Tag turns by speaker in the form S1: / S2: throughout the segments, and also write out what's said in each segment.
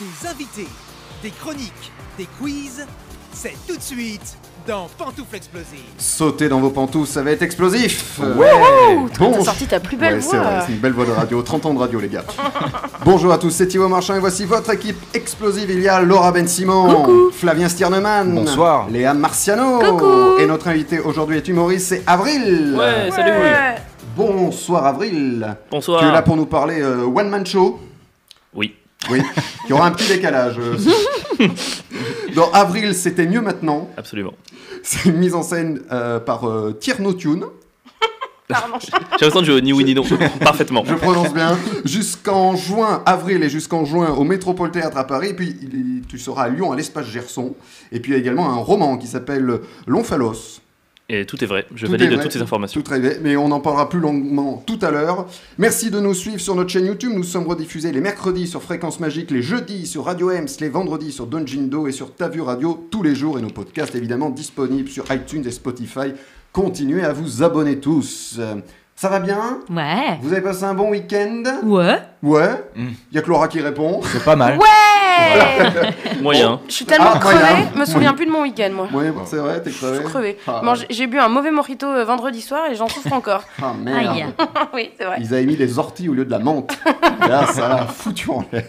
S1: Des invités, des chroniques, des quiz, c'est tout de suite dans Pantoufle Explosive.
S2: Sauter dans vos pantoufles, ça va être explosif Euh,
S3: Wouhou T'as
S2: bonjour.
S3: sorti ta plus belle
S2: Ouais, c'est
S3: voix.
S2: vrai, c'est une belle voix de radio, 30 ans de radio les gars. Bonjour à tous, c'est Thibaut Marchand et voici votre équipe explosive. Il y a Laura Ben Simon, Flavien Stierneman,
S4: Bonsoir.
S2: Léa Marciano
S3: Coucou.
S2: et notre invité aujourd'hui est humoriste, c'est Avril.
S5: Ouais, salut oui.
S2: Bonsoir Avril.
S5: Bonsoir.
S2: Tu es là pour nous parler euh, One Man Show.
S5: Oui.
S2: Oui, il y aura un petit décalage. euh, Dans Avril, c'était mieux maintenant.
S5: Absolument.
S2: C'est une mise en scène euh, par euh, Tierno Tune.
S5: J'ai l'impression de jouer au ni oui ni non. Parfaitement.
S2: Je prononce bien. Jusqu'en juin, avril et jusqu'en juin au Métropole Théâtre à Paris. Et puis il- il- tu seras à Lyon à l'espace Gerson. Et puis il y a également un roman qui s'appelle L'Omphalos.
S5: Et tout est vrai. Je
S2: Tout
S5: valide
S2: est vrai.
S5: toutes ces informations.
S2: Tout rêvé, mais on en parlera plus longuement tout à l'heure. Merci de nous suivre sur notre chaîne YouTube. Nous sommes rediffusés les mercredis sur Fréquence Magique, les jeudis sur Radio Ems, les vendredis sur Donjindo et sur Tavu Radio tous les jours. Et nos podcasts évidemment disponibles sur iTunes et Spotify. Continuez à vous abonner tous. Euh, Ça va bien
S3: Ouais.
S2: Vous avez passé un bon week-end
S3: Ouais.
S2: Ouais, il
S4: Mm.
S2: y a que Laura qui répond.
S4: C'est pas mal.
S5: Moyen.
S3: Je suis tellement
S2: Ah,
S3: crevée,
S2: moyen.
S3: je me souviens plus de mon week-end moi.
S2: Ouais, c'est vrai, t'es
S3: Je
S2: crevé.
S3: suis crevée.
S2: Ah,
S3: Mange- J'ai bu un mauvais mojito euh, vendredi soir et j'en souffre encore.
S2: ah, merde.
S6: Aïe.
S3: oui, c'est vrai.
S2: Ils avaient mis des orties au lieu de la menthe. Et là, ça l'a foutu en l'air.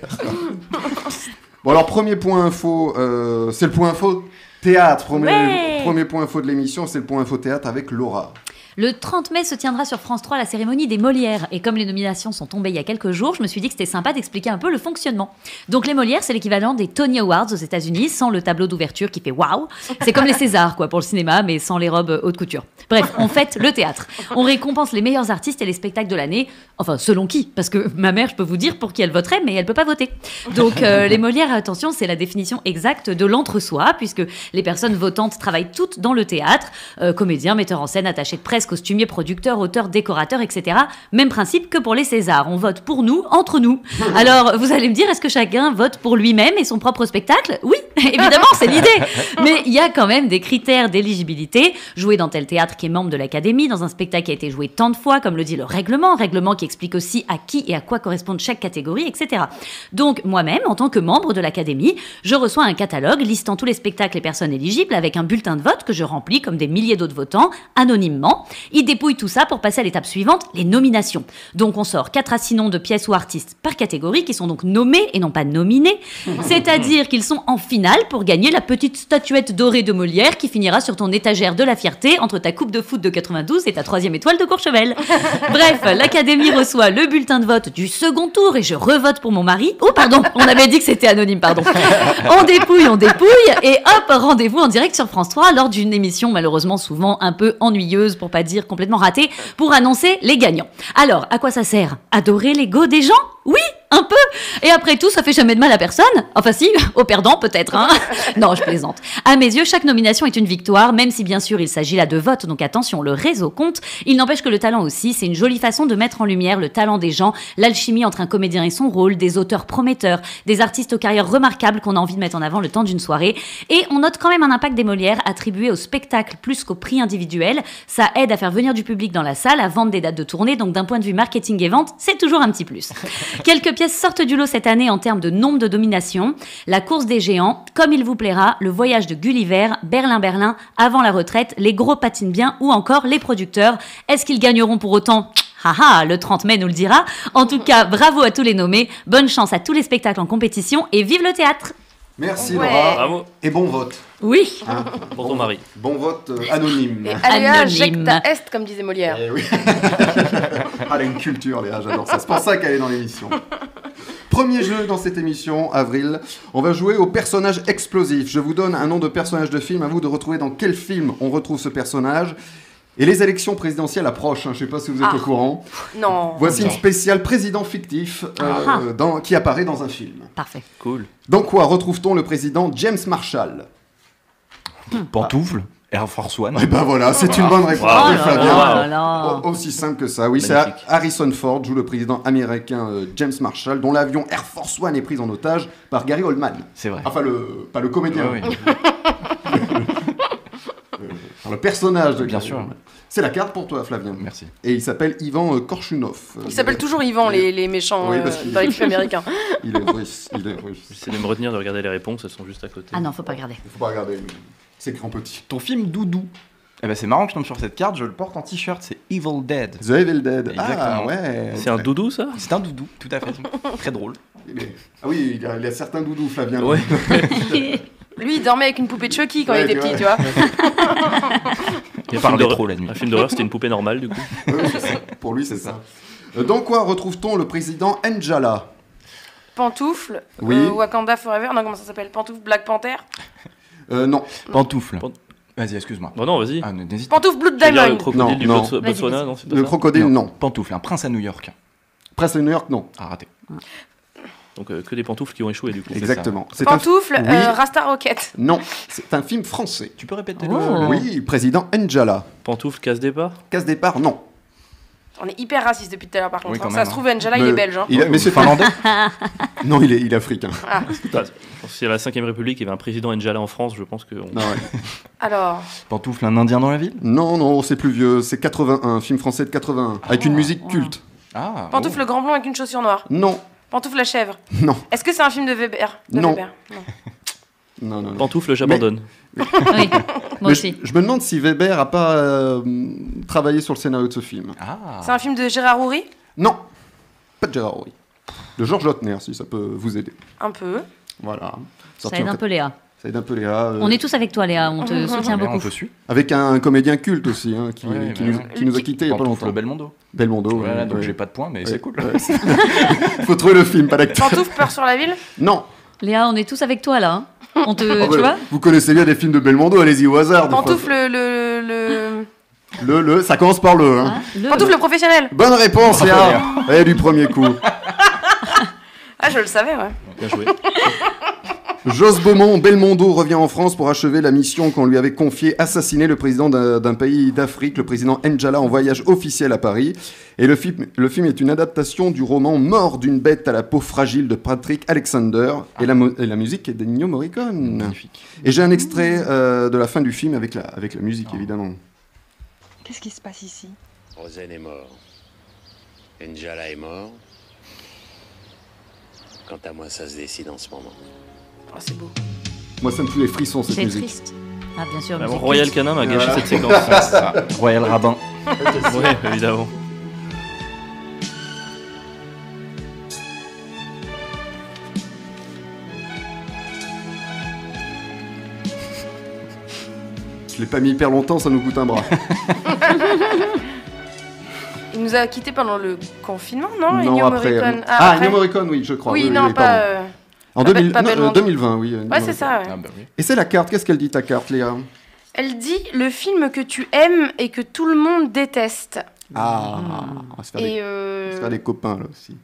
S2: Bon, alors, premier point info, euh, c'est le point info théâtre. Premier,
S3: Ouais.
S2: premier point info de l'émission, c'est le point info théâtre avec Laura.
S6: Le 30 mai se tiendra sur France 3 la cérémonie des Molières. Et comme les nominations sont tombées il y a quelques jours, je me suis dit que c'était sympa d'expliquer un peu le fonctionnement. Donc les Molières, c'est l'équivalent des Tony Awards aux États-Unis, sans le tableau d'ouverture qui fait waouh. C'est comme les Césars, quoi, pour le cinéma, mais sans les robes euh, haute couture. Bref, on fête le théâtre. On récompense les meilleurs artistes et les spectacles de l'année. Enfin, selon qui Parce que ma mère, je peux vous dire pour qui elle voterait, mais elle peut pas voter. Donc euh, les Molières, attention, c'est la définition exacte de l'entre-soi, puisque les personnes votantes travaillent toutes dans le théâtre, euh, comédiens, metteurs en scène, attachés de presse, costumiers, producteurs, auteurs, décorateurs, etc. Même principe que pour les Césars, on vote pour nous, entre nous. Alors vous allez me dire, est-ce que chacun vote pour lui-même et son propre spectacle Oui, évidemment, c'est l'idée. Mais il y a quand même des critères d'éligibilité. Jouer dans tel théâtre qui est membre de l'académie, dans un spectacle qui a été joué tant de fois, comme le dit le règlement, règlement qui explique aussi à qui et à quoi correspondent chaque catégorie, etc. Donc moi-même, en tant que membre de l'académie, je reçois un catalogue listant tous les spectacles et personnes éligibles avec un bulletin de vote que je remplis comme des milliers d'autres votants, anonymement. Ils dépouillent tout ça pour passer à l'étape suivante, les nominations. Donc on sort 4 à 6 noms de pièces ou artistes par catégorie qui sont donc nommés et non pas nominés, c'est-à-dire qu'ils sont en finale pour gagner la petite statuette dorée de Molière qui finira sur ton étagère de la fierté entre ta coupe de foot de 92 et ta troisième étoile de Courchevel. Bref, l'Académie reçoit le bulletin de vote du second tour et je revote pour mon mari. Oh, pardon, on avait dit que c'était anonyme, pardon. On dépouille, on dépouille et hop, rendez-vous en direct sur France 3 lors d'une émission malheureusement souvent un peu ennuyeuse, pour pas dire complètement ratée, pour annoncer les gagnants. Alors, à quoi ça sert Adorer l'ego des gens Oui un peu Et après tout, ça fait jamais de mal à personne Enfin si, au perdant peut-être, hein Non, je plaisante. À mes yeux, chaque nomination est une victoire, même si bien sûr il s'agit là de votes, donc attention, le réseau compte. Il n'empêche que le talent aussi, c'est une jolie façon de mettre en lumière le talent des gens, l'alchimie entre un comédien et son rôle, des auteurs prometteurs, des artistes aux carrières remarquables qu'on a envie de mettre en avant le temps d'une soirée. Et on note quand même un impact des Molières attribué au spectacle plus qu'au prix individuel. Ça aide à faire venir du public dans la salle, à vendre des dates de tournée, donc d'un point de vue marketing et vente, c'est toujours un petit plus. Quelques pièces sortent du lot cette année en termes de nombre de dominations. La course des géants, comme il vous plaira, le voyage de Gulliver, Berlin-Berlin, avant la retraite, les gros patinent bien ou encore les producteurs. Est-ce qu'ils gagneront pour autant Haha, le 30 mai nous le dira. En tout cas, bravo à tous les nommés, bonne chance à tous les spectacles en compétition et vive le théâtre
S2: Merci
S3: Ouais.
S2: Laura.
S5: Bravo
S2: Et bon vote.
S6: Oui
S2: hein.
S5: pour ton mari.
S2: Bon vote euh, anonyme.
S3: Et Aléa,
S6: Anonyme.
S3: jecte ta est, comme disait Molière.
S2: Eh oui. Elle Ah, a une culture, Léa, j'adore ça. C'est pour ça qu'elle est dans l'émission. Premier jeu dans cette émission, Avril, on va jouer au personnage explosif. Je vous donne un nom de personnage de film, à vous de retrouver dans quel film on retrouve ce personnage. Et les élections présidentielles approchent, hein, je ne sais pas si vous êtes
S3: Ah.
S2: au courant.
S3: Non.
S2: Voici
S6: Ok.
S2: une spéciale président fictif euh,
S6: Ah.
S2: dans- qui apparaît dans un film.
S6: Parfait.
S5: Cool.
S2: Dans quoi retrouve-t-on le président James Marshall
S4: Pantoufle, Air Force One.
S2: Eh ben voilà, c'est une bonne
S6: Ah.
S2: réponse de
S5: Wow. Oh là
S2: Flavien.
S5: là.
S2: Au- Oh, Aussi simple que ça, oui, c'est
S5: Magnifique.
S2: Harrison Ford joue le président américain euh, James Marshall, dont l'avion Air Force One est pris en otage par Gary Oldman.
S4: C'est vrai. Ah
S2: Enfin, le, pas le comédien,
S4: Ouais, ouais.
S2: par notre personnage de
S4: Bien
S2: Caillou.
S4: sûr.
S2: C'est la carte pour toi, Flavien.
S4: Merci.
S2: Et il s'appelle Ivan euh, Korchunov. Euh,
S3: Il s'appelle toujours Yvan, les, les méchants
S2: Oui,
S3: euh,
S2: parce qu'il-
S3: dans les films américains.
S2: Il est russe. Il est russe.
S5: J'essaie de me retenir de regarder les réponses, elles sont juste à côté.
S6: Ah non, faut pas regarder.
S2: Il faut pas regarder. C'est écrit en petit.
S4: Ton film Doudou. Eh ben c'est marrant que je tombe sur cette carte, je le porte en t-shirt, c'est Evil Dead.
S2: The Evil Dead. Ah
S4: Exactement.
S2: ouais.
S5: C'est un doudou ça
S4: C'est un doudou, tout à fait. Très drôle.
S2: Mais- Ah oui, il y a, il y a certains doudous, Flavien.
S5: Ouais.
S3: Lui, il dormait avec une poupée de Chucky quand
S2: Ouais,
S3: il était
S2: tu
S3: petit,
S2: vois.
S3: tu vois.
S5: Il y a un film
S4: parlait trop
S5: d'horreur-
S4: la nuit.
S5: Un film d'horreur, c'était une poupée normale du coup.
S2: Ouais, c'est ça. Pour lui, c'est ça. Euh, Dans quoi retrouve-t-on le président N'Jala
S3: Pantoufle,
S2: Oui.
S3: euh, Wakanda Forever, non, comment ça s'appelle Pantoufle, Black Panther
S2: Euh, Non.
S4: Pantoufle.
S5: Pant-
S4: Vas-y, excuse-moi.
S5: Bon, non, vas-y.
S4: Ah, ne- n'hésite pas.
S3: Pantoufle, Blood
S5: Je veux dire, le
S3: Diamond
S5: crocodile
S2: Non,
S5: du
S2: non.
S5: Bots-
S6: Vas-y,
S5: Botswana,
S6: vas-y.
S5: non, c'est pas
S2: Le
S5: ça
S2: crocodile, non.
S4: Pantoufle, un prince à New York.
S2: Presse à New York, non.
S4: Ah, raté.
S5: Donc euh, que des pantoufles qui ont échoué du coup.
S4: Et-
S2: Exactement. C'est un...
S3: Pantoufle,
S2: Oui.
S3: euh, Rasta Rocket.
S2: Non, c'est un film français.
S4: Tu peux répéter
S6: Oh.
S4: le.
S2: Oui, président N'Jala.
S5: Pantoufles casse-départ
S2: Casse départ, non.
S3: On est hyper raciste depuis tout à l'heure par contre.
S4: Oui, quand
S3: hein.
S4: même,
S3: ça se
S4: hein.
S3: trouve, Angela, il
S2: Mais-
S3: est belge. hein.
S2: il
S6: Oh.
S2: a- mais c'est
S4: finlandais
S2: Non, il est, il est africain.
S5: Je pense que si à la 5ème République, il y avait un président N'Jala en France, je pense qu'on
S2: Ah ouais.
S3: Alors,
S4: Pantoufle, un indien dans la ville
S2: Non, non, c'est plus vieux. C'est 81, film français de 81, avec une
S6: Ah,
S2: musique
S6: ouais.
S2: culte.
S4: Ah.
S3: Pantoufle, le grand blond avec une chaussure noire.
S2: Non,
S3: Pantoufle, la chèvre.
S2: non,
S3: Est-ce que c'est un film de Weber de
S2: Non.
S3: Weber
S2: non, non. non.
S5: Pantoufle, j'abandonne.
S6: Oui, moi
S2: Mais je-
S6: aussi.
S2: Je, me demande si Weber a pas euh, travaillé sur le scénario de ce film.
S4: oh. Ah.
S3: C'est un film de Gérard Houry
S2: Non, pas de Gérard Roy. De Georges Lautner, si ça peut vous aider.
S3: Un peu.
S2: Voilà.
S6: Ça
S2: Sorti
S6: aide
S2: en
S6: un
S2: quat-
S6: peu Léa.
S2: ça aide un peu Léa. euh,
S6: On est tous avec toi Léa, on te soutient
S4: Ah, mais on
S6: beaucoup.
S4: te suit.
S2: Avec un comédien culte aussi, hein, qui,
S4: Ouais,
S2: qui
S4: bah
S2: nous,
S4: ouais.
S2: qui nous a quittés il n'y a pas
S4: Pantoufle,
S2: longtemps.
S4: Belmondo.
S2: Belmondo. ouais,
S4: Voilà, donc
S2: ouais.
S4: j'ai pas de points, mais
S2: Ouais,
S4: c'est cool.
S2: ouais, c'est- Faut trouver le film, pas l'acteur.
S3: Pantoufle, peur sur la ville
S2: Non.
S6: Léa, on est tous avec toi là. hein. On
S4: euh,
S6: te,
S2: Oh,
S6: tu
S2: bah,
S6: vois
S2: vous connaissez bien des films de Belmondo, allez-y au hasard. des fois.
S3: Pantoufle, le. le, le-
S2: Le, le, ça commence par le. hein.
S4: Ah.
S6: Hein, le-
S3: Pantoufle, le professionnel
S2: Bonne réponse, Léa. Et du premier coup.
S3: Ah, je le savais, ouais.
S5: Bien joué.
S2: Jos Beaumont, Belmondo revient en France pour achever la mission qu'on lui avait confiée, assassiner le président d'un d'un pays d'Afrique, le président N'Jala, en voyage officiel à Paris. Et le film, le film est une adaptation du roman Mort d'une bête à la peau fragile de Patrick Alexander. Et la, mo- et la musique est d'Ennio Morricone.
S4: Magnifique.
S2: Et j'ai un extrait euh, de la fin du film avec la, avec la musique,
S3: Oh.
S2: évidemment.
S7: Qu'est-ce qui se passe ici
S8: Rosen est mort. N'Jala est mort. Quant à moi, ça se décide en ce moment.
S3: Oh, c'est beau.
S2: Moi, ça me fout les frissons, cette
S6: C'est
S2: musique.
S6: triste. Ah bien sûr.
S5: Ah,
S6: musique.
S5: Royal Canin m'a gâché
S2: Voilà.
S5: cette séquence.
S4: Royal Rabbin.
S5: ouais, évidemment.
S2: Je l'ai pas mis hyper longtemps, ça nous coûte un bras.
S3: Il nous a quittés pendant le confinement, non Oh, Ennio
S2: non, après.
S3: Morricone.
S2: euh, Ah, Ennio Morricone, oui, je crois.
S3: Oui, non,
S2: pardon.
S3: pas. euh,
S2: En
S3: Pas
S2: 2000
S3: Bel- pas
S2: non, euh,
S3: Belmondo.
S2: 2020, oui.
S3: Ouais, c'est ça. ouais.
S4: Ah, bah oui.
S2: Et c'est la carte, qu'est-ce qu'elle dit ta carte, Léa
S3: Elle dit le film que tu aimes et que tout le monde déteste.
S2: Ah, on va se faire, des,
S3: Mm. Et
S2: on
S3: euh,
S2: va se faire des copains là aussi.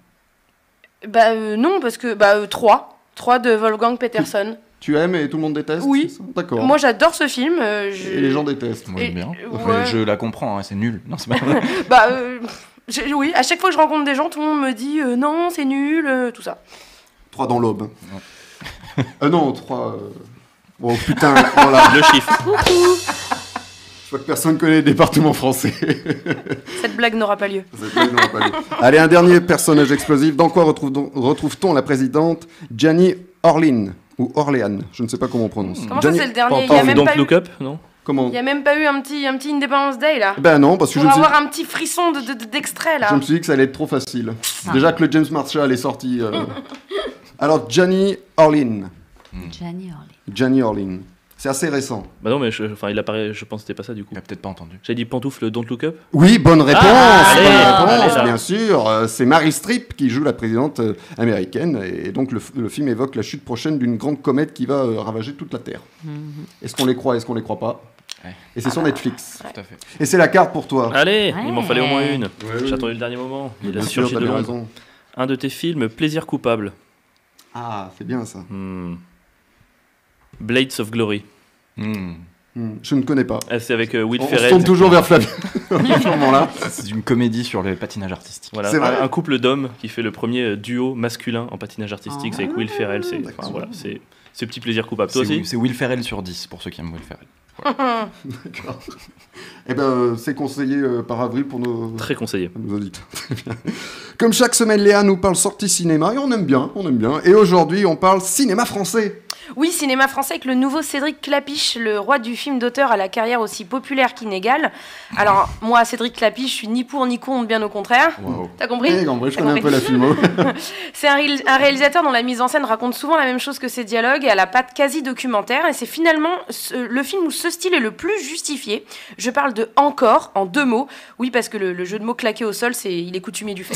S3: bah euh, non parce que bah euh, 3 3 de Wolfgang Peterson.
S2: Tu aimes et tout le monde déteste
S3: Oui.
S2: c'est ça D'accord.
S3: Moi j'adore ce film. euh, je-
S2: Et les gens détestent.
S4: Moi,
S3: Et-
S4: j'aime bien.
S3: ouais.
S4: Mais Je la comprends, hein, c'est nul. Non, c'est pas vrai.
S3: Bah euh, j'ai- oui, à chaque fois que je rencontre des gens, tout le monde me dit euh, non, c'est nul, euh, tout ça.
S2: Trois dans l'aube. Ah non, trois. euh, Oh putain, oh là,
S5: Le chiffre.
S2: je vois que personne connaît le département français.
S3: Cette blague n'aura pas lieu.
S2: C'est pas- non, pas lui. Allez, un dernier personnage explosif. Dans quoi retrouve-t-on retrouve-t-on la présidente Gianni Orlin ou Orléane, je ne sais pas comment on prononce.
S3: Comment
S2: Gianni-
S3: ça c'est le dernier Il y a
S2: Pantoufle.
S3: même
S5: Donc
S3: pas eu
S5: Look Up, non
S2: Comment
S3: il y a même pas eu un petit un petit Independence Day là.
S2: Ben non, parce que
S3: Pour
S2: je me suis
S3: avoir un petit frisson de- de- de- d'extrait
S2: Je
S3: là.
S2: me suis dit que ça allait être trop facile.
S6: Ah.
S2: Déjà que le James Marshall est sorti. euh. Alors, Johnny Orlin.
S6: Gianni Orly.
S2: Johnny Orlin. C'est assez récent.
S5: Bah non, mais je, enfin, il apparaît, je pense que c'était pas ça du coup.
S4: Il a peut-être pas entendu.
S5: J'ai dit pantoufle Don't Look Up
S2: Oui, bonne réponse,
S5: allez,
S2: bonne
S5: allez,
S2: réponse,
S5: là.
S2: bien sûr. Euh, C'est Mary Streep qui joue la présidente euh, américaine. Et donc, le, f- le film évoque la chute prochaine d'une grande comète qui va euh, ravager toute la Terre. Est-ce qu'on les croit, est-ce qu'on les croit pas
S4: Ouais.
S2: Et c'est sur Netflix.
S4: Tout à fait.
S2: Et c'est la carte pour toi.
S5: Allez,
S6: Ouais.
S5: il m'en fallait au moins une.
S2: Ah. Ouais, ouais.
S5: J'ai attendu le dernier moment. Il
S2: Bien
S5: a
S2: sûr,
S5: surgi
S2: t'as
S5: de
S2: bien
S5: l'ombre.
S2: raison.
S5: Un de tes films, Plaisir coupable.
S2: Ah, c'est bien ça.
S5: Hmm. Blades of Glory.
S4: Hmm.
S2: Hmm, Je ne connais pas.
S5: Ah, c'est avec euh, Will
S2: On, on se
S5: Ferrell.
S2: tourne toujours vers Flavien à ce moment-là.
S4: C'est une comédie sur le patinage artistique.
S5: Voilà,
S2: C'est vrai.
S5: un, un couple d'hommes qui fait le premier euh, duo masculin en patinage
S3: Ah.
S5: artistique, c'est avec Will Ferrell. C'est enfin,
S2: d'accord.
S5: voilà, c'est c'est petit plaisir coupable. Toi
S4: C'est Will-
S5: aussi
S4: C'est Will Ferrell sur 10 pour ceux qui aiment Will Ferrell.
S2: D'accord. Eh ben, euh, c'est conseillé euh, par avril pour nos,
S5: Très conseillé.
S2: nos auditeurs. Très bien. Comme chaque semaine, Léa nous parle sortie cinéma et on aime bien, on aime bien. Et aujourd'hui, on parle cinéma français.
S3: Oui, cinéma français avec le nouveau Cédric Clapiche, le roi du film d'auteur à la carrière aussi populaire qu'inégale. Alors, moi, Cédric Clapiche, je suis ni pour ni contre, bien au contraire.
S2: Waouh.
S3: T'as compris
S2: Eh, en vrai, je
S3: T'as
S2: connais un
S3: compris.
S2: peu la filmo.
S3: C'est un, réal- un réalisateur dont la mise en scène raconte souvent la même chose que ses dialogues et elle a pas de quasi-documentaire. Et c'est finalement ce- le film où ce style est le plus justifié. Je parle de Encore en deux mots. Oui, parce que le, le jeu de mots claqué au sol, c'est il est coutumier du fait.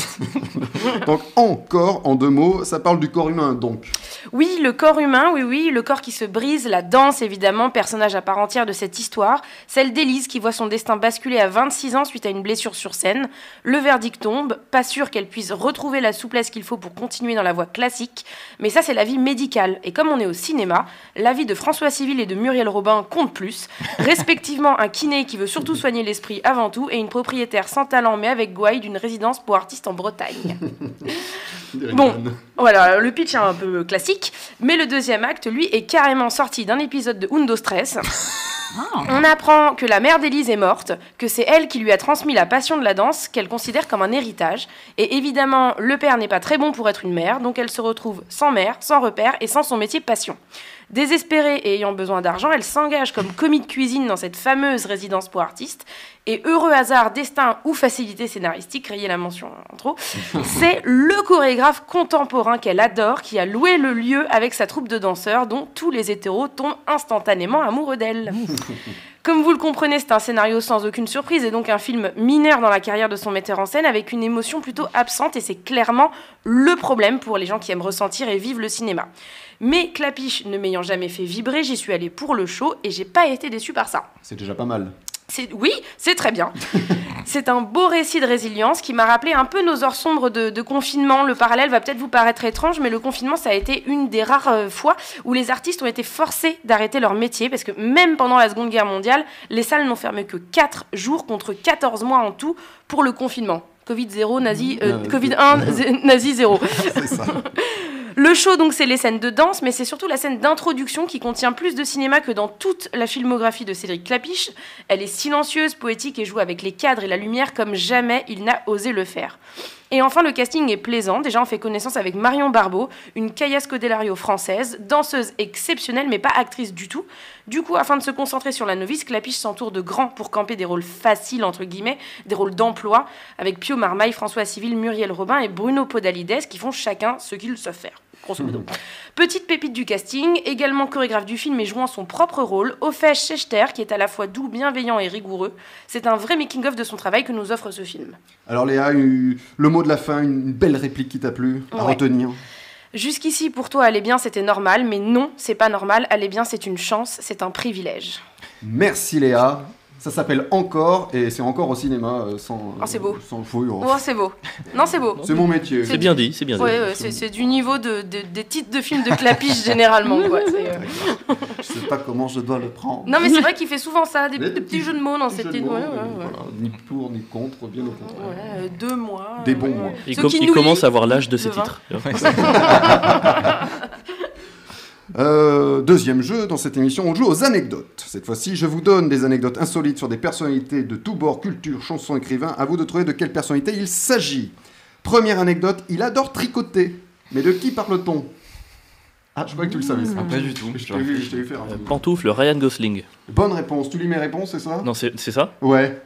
S2: donc, encore, en deux mots, ça parle du corps humain, donc.
S3: Oui, le corps humain, oui, oui, le corps qui se brise, la danse évidemment, personnage à part entière de cette histoire, celle d'Élise qui voit son destin basculer à 26 ans suite à une blessure sur scène. Le verdict tombe, pas sûr qu'elle puisse retrouver la souplesse qu'il faut pour continuer dans la voie classique, mais ça c'est la vie médicale. Et comme on est au cinéma, la vie de François Civil et de Muriel Robin compte plus, respectivement un kiné qui veut surtout soigner l'esprit avant tout et une propriétaire sans talent mais avec gouaille d'une résidence pour artistes en Bretagne. Bon. Oh, Voilà, le pitch est un peu classique, mais le deuxième acte, lui, est carrément sorti d'un épisode de Undo Stress.
S6: Ah,
S3: On apprend que la mère d'Élise est morte, que c'est elle qui lui a transmis la passion de la danse, qu'elle considère comme un héritage. Et évidemment, le père n'est pas très bon pour être une mère, donc elle se retrouve sans mère, sans repère et sans son métier passion. Désespérée et ayant besoin d'argent, elle s'engage comme commis de cuisine dans cette fameuse résidence pour artistes. Et heureux hasard, destin ou facilité scénaristique, rayez la mention en trop, c'est le chorégraphe contemporain qu'elle adore qui a loué le lieu avec sa troupe de danseurs dont tous les hétéros tombent instantanément amoureux d'elle. Comme vous le comprenez, c'est un scénario sans aucune surprise et donc un film mineur dans la carrière de son metteur en scène avec une émotion plutôt absente et c'est clairement le problème pour les gens qui aiment ressentir et vivre le cinéma. Mais Clapiche ne m'ayant jamais fait vibrer, j'y suis allée pour le show et j'ai pas été déçue par ça.
S2: C'est déjà pas mal.
S3: C'est- Oui, c'est très bien. C'est un beau récit de résilience qui m'a rappelé un peu nos heures sombres de, de confinement. Le parallèle va peut-être vous paraître étrange, mais le confinement, ça a été une des rares euh, fois où les artistes ont été forcés d'arrêter leur métier, parce que même pendant la Seconde Guerre mondiale, les salles n'ont fermé que 4 jours contre 14 mois en tout pour le confinement. Covid 0, nazi, euh,
S2: Euh,
S3: Covid 1, nazi 0.
S2: C'est ça.
S3: Le show, donc, c'est les scènes de danse, mais c'est surtout la scène d'introduction qui contient plus de cinéma que dans toute la filmographie de Cédric Clapiche. Elle est silencieuse, poétique et joue avec les cadres et la lumière comme jamais il n'a osé le faire. Et enfin, le casting est plaisant. Déjà, on fait connaissance avec Marion Barbeau, une Cayasco Delario française, danseuse exceptionnelle mais pas actrice du tout. Du coup, afin de se concentrer sur la novice, Clapiche s'entoure de grands pour camper des rôles faciles, entre guillemets, des rôles d'emploi, avec Pio Marmaille, François Civil, Muriel Robin et Bruno Podalides qui font chacun ce qu'ils savent faire. Grosso modo. Mm. Petite pépite du casting, également chorégraphe du film et jouant son propre rôle, Ophèche Schechter, qui est à la fois doux, bienveillant et rigoureux. C'est un vrai making-of de son travail que nous offre ce film.
S2: Alors, Léa, eu- le mot de la fin, une belle réplique qui t'a plu, à
S3: Ouais.
S2: retenir.
S3: Jusqu'ici, pour toi, aller bien, c'était normal, mais non, c'est pas normal. Aller bien, c'est une chance, c'est un privilège.
S2: Merci Léa. Ça s'appelle Encore et c'est encore au cinéma euh, sans.
S3: Oh, c'est beau.
S2: Sans fouille. oh.
S3: Oh, c'est beau. Non, c'est beau.
S2: C'est mon métier.
S3: C'est
S5: C'est bien dit, c'est bien dit.
S3: Ouais, ouais, c'est c'est du niveau de, de- des titres de films de clapiche généralement. quoi. C'est, euh,
S2: Je sais pas comment je dois le prendre.
S3: Non, mais c'est vrai qu'il fait souvent ça, des,
S2: Mais
S3: des petits jeux de mots dans ces
S2: Jeu de
S3: titres.
S2: mots,
S3: ouais,
S2: euh,
S3: ouais, ouais.
S2: voilà, Ni pour ni contre, bien au contraire.
S3: Ouais, euh, deux mois.
S2: Des
S3: euh,
S2: bons
S3: ouais.
S2: mois.
S5: Il,
S3: Ceux
S5: com-
S3: qui
S5: il
S3: nous
S5: commence
S3: lisent,
S5: à avoir l'âge de ses
S3: le vin.
S5: titres.
S2: Euh, deuxième jeu, dans cette émission, on joue aux anecdotes. Cette fois-ci, je vous donne des anecdotes insolites sur des personnalités de tous bords, culture, chansons, écrivains. À vous de trouver de quelle personnalité il s'agit. Première anecdote, il adore tricoter. Mais de qui parle-t-on Ah, je croyais que tu le savais. ça.
S4: Ah, pas du tout.
S2: Je t'ai vu, je t'ai vu faire un
S5: Euh,
S2: mouvement.
S5: Pantoufle, Ryan Gosling.
S2: Bonne réponse. Tu lis mes réponses, c'est ça
S5: Non, c'est c'est ça
S2: Ouais.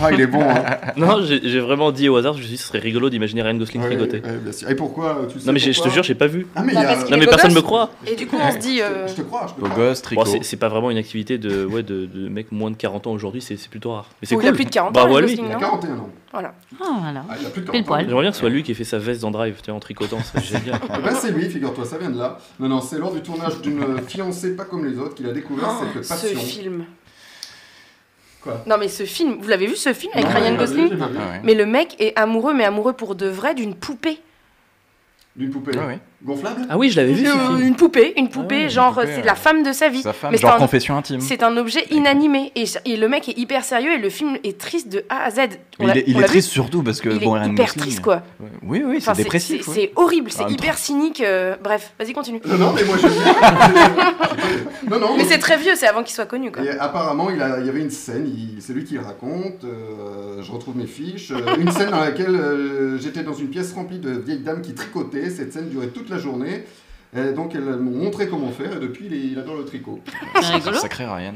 S2: Ah, il est bon, hein.
S5: Non, j'ai j'ai vraiment dit au hasard, je me suis dit, ce serait rigolo d'imaginer Ryan Gosling
S2: Ouais,
S5: tricoter.
S2: ouais, bien sûr. Et pourquoi euh, tu sais
S5: Non, mais j'ai- je te
S2: pourquoi
S5: jure, j'ai pas vu.
S2: Ah, mais il
S3: Bah,
S2: y a-
S3: parce qu'il
S5: Non,
S3: est
S5: mais
S3: beau
S5: personne
S3: gosse.
S5: me croit.
S3: Et du coup, on se dit. euh,
S2: Je te crois, je te
S4: Beau
S2: crois.
S4: gosse,
S5: Bon,
S4: tricot.
S5: c'est c'est pas vraiment une activité de, ouais, de, de mec moins de 40 ans aujourd'hui, c'est c'est plutôt rare. Mais c'est
S3: Oh,
S5: cool.
S3: Il a plus de
S4: Bah,
S3: 40 ans,
S5: Bravo à
S3: le
S5: lui.
S3: Gosling,
S2: Il a
S3: non
S2: 41 ans.
S3: Voilà.
S6: ah, voilà.
S2: Ah, il a plus de 41
S6: Pile poil.
S5: J'aimerais bien que ce soit lui qui ait fait sa veste dans Drive, tu sais, en tricotant, c'est génial.
S2: Eh ben, c'est lui, figure-toi, ça vient de là. Non, non, c'est lors du tournage d'une fiancée pas comme les autres qu'il a découvert
S3: Oh,
S2: cette
S3: ce
S2: passion.
S3: film.
S2: Quoi
S3: Non, mais ce film, vous l'avez vu ce film avec
S2: Non,
S3: Ryan
S2: j'ai pas vu,
S3: Gosling
S2: j'ai pas vu.
S4: Ah ouais.
S3: Mais le mec est amoureux, mais amoureux pour de vrai d'une poupée.
S2: D'une poupée.
S4: Ouais, ouais.
S2: Gonflable
S9: Ah oui, je l'avais vu ce
S3: Une,
S9: film.
S3: une poupée, une
S4: Ah
S3: poupée,
S4: ouais, une
S3: genre
S4: poupée,
S3: c'est
S4: euh,
S3: la femme de sa vie.
S4: Sa femme,
S3: Mais
S4: genre
S3: c'est un-
S4: confession intime.
S3: C'est un objet inanimé et, et le mec est hyper sérieux et le film est triste de A à Z. On
S4: Mais
S3: l'a-
S4: il est, il
S3: on
S4: est
S3: l'a vu,
S4: triste surtout parce que
S3: il
S4: bon,
S3: est
S4: Ryan
S3: hyper
S4: Gosling- euh,
S3: triste quoi.
S4: Oui, oui, c'est
S3: Enfin,
S4: dépressif.
S3: c'est-
S4: ouais.
S3: C'est horrible, c'est
S4: même
S3: hyper cynique. euh, bref, vas-y continue.
S2: Non, non, mais moi je. non, non.
S3: Mais c'est très vieux, c'est avant qu'il soit connu quoi.
S2: Et apparemment, il, a- il y avait une scène, il- c'est lui qui le raconte, euh, je retrouve mes fiches, euh, une scène dans laquelle euh, j'étais dans une pièce remplie de vieilles dames qui tricotaient, cette scène durait toute la journée, Et donc elles m'ont montré comment faire, et depuis il, est- il adore le tricot.
S6: C'est rigolo.
S4: Sacré Ryan.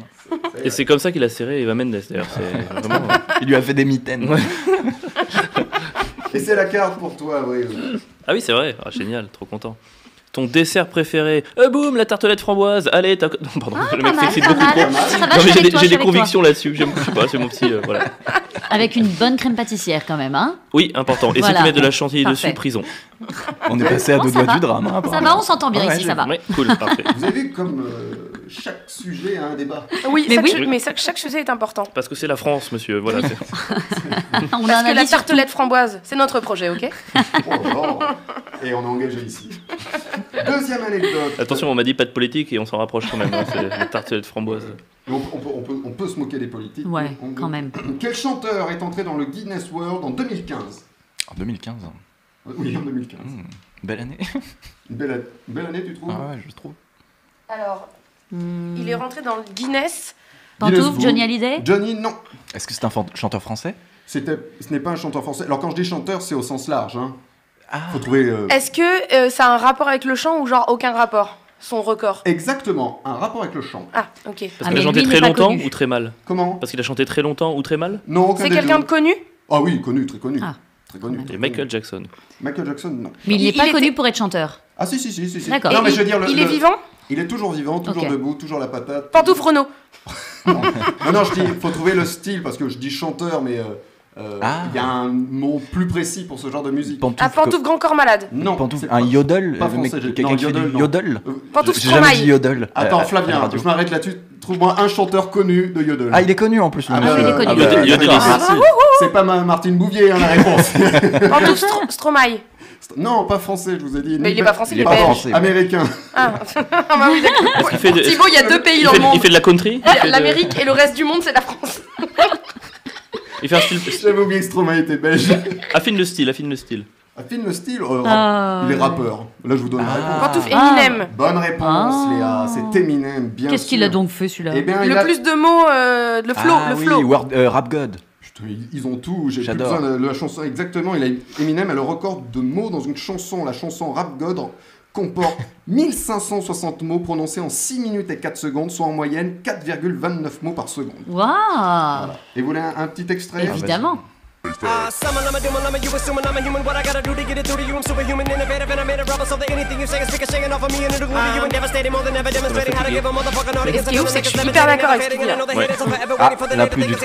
S5: Et c'est comme ça qu'il a serré Eva Mendes d'ailleurs. C'est vraiment.
S4: Il lui a fait des mitaines.
S5: Ouais.
S2: Et c'est la carte pour toi, Avril.
S5: Ah oui, c'est vrai. Ah, génial, trop content. Ton dessert préféré Euh, Boum, la tartelette framboise. Allez, t'as. Non, pardon, le
S6: Pas
S5: mec
S6: mal,
S5: s'excite
S6: pas
S5: beaucoup
S6: mal.
S5: trop.
S6: Ça va,
S5: Non,
S6: je suis
S5: mais j'ai
S6: avec toi,
S5: des, j'ai
S6: je
S5: des
S6: suis avec toi.
S5: convictions là-dessus. J'aime, je sais pas, c'est mon petit. euh, voilà.
S6: Avec une bonne crème pâtissière quand même, hein
S5: Oui, important. Et ceux
S6: Voilà.
S5: qui mettent de la chantilly
S6: Parfait.
S5: dessus, prison.
S4: On est passé à
S6: Oh,
S4: deux
S6: ça
S4: doigts
S6: va.
S4: du drame. hein,
S6: Ça
S4: apparemment.
S6: va, on s'entend bien
S4: Ah ouais,
S6: ici,
S4: je-
S6: ça va.
S5: Ouais, cool, parfait.
S2: Vous avez vu comme euh, chaque sujet a un débat.
S3: Oui,
S6: Mais
S3: chaque
S6: oui.
S3: chose- mais chaque- chaque chose est important.
S5: Parce que c'est la France, monsieur. Voilà. c'est-
S6: On a
S3: Parce
S6: un
S3: que la
S6: avis sur tout.
S3: tartelette framboise, c'est notre projet, ok
S2: Oh, oh. Et on est engagé ici. Deuxième anecdote.
S5: Attention, on m'a dit pas de politique et on s'en rapproche quand même. hein, c'est la tartelette framboise.
S6: Ah,
S2: On, on peut, on peut- on peut se moquer des politiques.
S6: Ouais,
S2: On- on-
S6: quand même.
S2: Quel chanteur est entré dans le Guinness World en 2015
S4: En 2015. hein.
S2: Oui, en 2015.
S4: Hmm. Belle année.
S2: Une belle, an- une belle année, tu trouves
S4: Ah ouais, je trouve.
S3: Alors, il est rentré dans le
S2: Guinness
S3: Guinness.
S6: Pantouf,
S2: Book.
S6: Johnny Hallyday
S2: Johnny, non.
S4: Est-ce que c'est un fan- chanteur français
S2: C'était, ce n'est pas un chanteur français. Alors, quand je dis chanteur, c'est au sens large. Hein.
S4: Ah.
S2: Faut trouver. euh,
S3: Est-ce que euh, ça a un rapport avec le chant ou genre aucun rapport Son record
S2: Exactement, un rapport avec le chant.
S3: Ah, ok.
S5: Parce
S6: Ah,
S5: qu'il
S6: mais
S5: a chanté
S6: lui
S5: très
S6: n'est pas
S5: longtemps
S6: connu.
S5: ou très mal
S2: Comment
S5: Parce qu'il a chanté très longtemps ou très mal
S2: Non, aucun
S3: C'est
S2: des
S3: quelqu'un
S2: deux.
S3: de connu
S2: Ah oui, connu, très connu.
S6: Ah.
S2: Très connu.
S6: Et
S2: très
S5: Et
S2: connu.
S5: Michael Jackson.
S2: Michael Jackson, non.
S6: Mais il
S3: Il-
S6: n'est pas
S3: il
S6: connu
S3: était-
S6: pour être chanteur.
S2: Ah si, si, si, si. si.
S6: D'accord.
S2: Non,
S3: Et
S2: mais
S3: il,
S2: je veux dire, le-
S3: il est
S2: le-
S3: vivant
S2: Il est toujours vivant, toujours
S6: Ok.
S2: debout, toujours la patate.
S3: Pantouf Renault.
S2: Non, non, je dis, faut trouver le style, parce que je dis chanteur, mais euh, euh, il
S4: Ah.
S2: y a un mot plus précis pour ce genre de musique.
S4: Pantouf.
S3: Ah, Pantouf Grand Corps Malade.
S2: Non,
S4: Pantouf.
S2: c'est pas-
S4: Un yodel
S2: pas
S4: euh, mec-
S2: français, j'ai-
S4: Quelqu'un
S2: non,
S4: qui fait du
S2: yodel, non.
S4: yodel
S2: Euh,
S3: Pantouf
S4: J'ai jamais
S3: Stromae.
S4: dit yodel.
S2: Attends,
S4: Euh, à la
S2: Flavien,
S4: radio.
S2: je m'arrête là-dessus. Trouve-moi un chanteur connu de Yodel.
S4: Ah, il est connu en plus. le
S2: Ah,
S4: monsieur.
S2: bah,
S6: il est connu.
S4: Ah, bah,
S5: Yodel-
S4: bah,
S5: Yodel.
S4: bah,
S5: Ah,
S4: bah,
S2: C'est pas ma- Martine Bouvier, hein, la réponse. euh.
S3: Pantouf Stro- Stromae.
S2: non, pas français, je vous ai dit.
S3: Mais il est pas français,
S4: Il est pas
S3: belge.
S4: français.
S2: Américain.
S3: Ah, Ah bah oui, d'accord.
S5: Est-ce qu'il fait de-
S3: Thibaut, il y a deux pays
S5: Il
S3: dans
S5: fait,
S3: le monde.
S5: il fait de la country Il fait de-
S3: L'Amérique et le reste du monde, c'est la France.
S5: Il fait un style.
S2: J'avais oublié que Stromae était belge.
S5: Affine le style, affine le style.
S2: Affine le style. euh,
S6: Ah.
S2: Il est rappeur. Là, je vous donne la
S4: Ah.
S2: réponse.
S3: Pantouf
S6: Ah.
S3: Eminem.
S2: Bonne réponse,
S6: Ah.
S2: Léa. C'est Eminem, bien
S6: Qu'est-ce
S2: sûr.
S6: qu'il a donc fait celui-là
S2: Eh bien, il
S3: Le
S2: a-
S3: plus de mots, euh, le flow,
S4: Ah
S3: le
S4: oui,
S3: flow.
S4: Word- euh, Rap God.
S2: Putain, ils- ils ont tout. J'ai plus
S4: J'adore.
S2: besoin de de la chanson. Exactement. Il a... Eminem a le record de mots dans une chanson. La chanson Rap God comporte 1560 mots prononcés en 6 minutes et 4 secondes, soit en moyenne 4,29 mots par seconde.
S6: Waouh
S2: Et vous voulez un, un petit extrait
S6: Évidemment.
S1: Ah,
S3: Ah. Et ce qui est ouf, c'est que je suis hyper d'accord avec ce qu'il dit. là.
S4: Ah, là, plus du tout.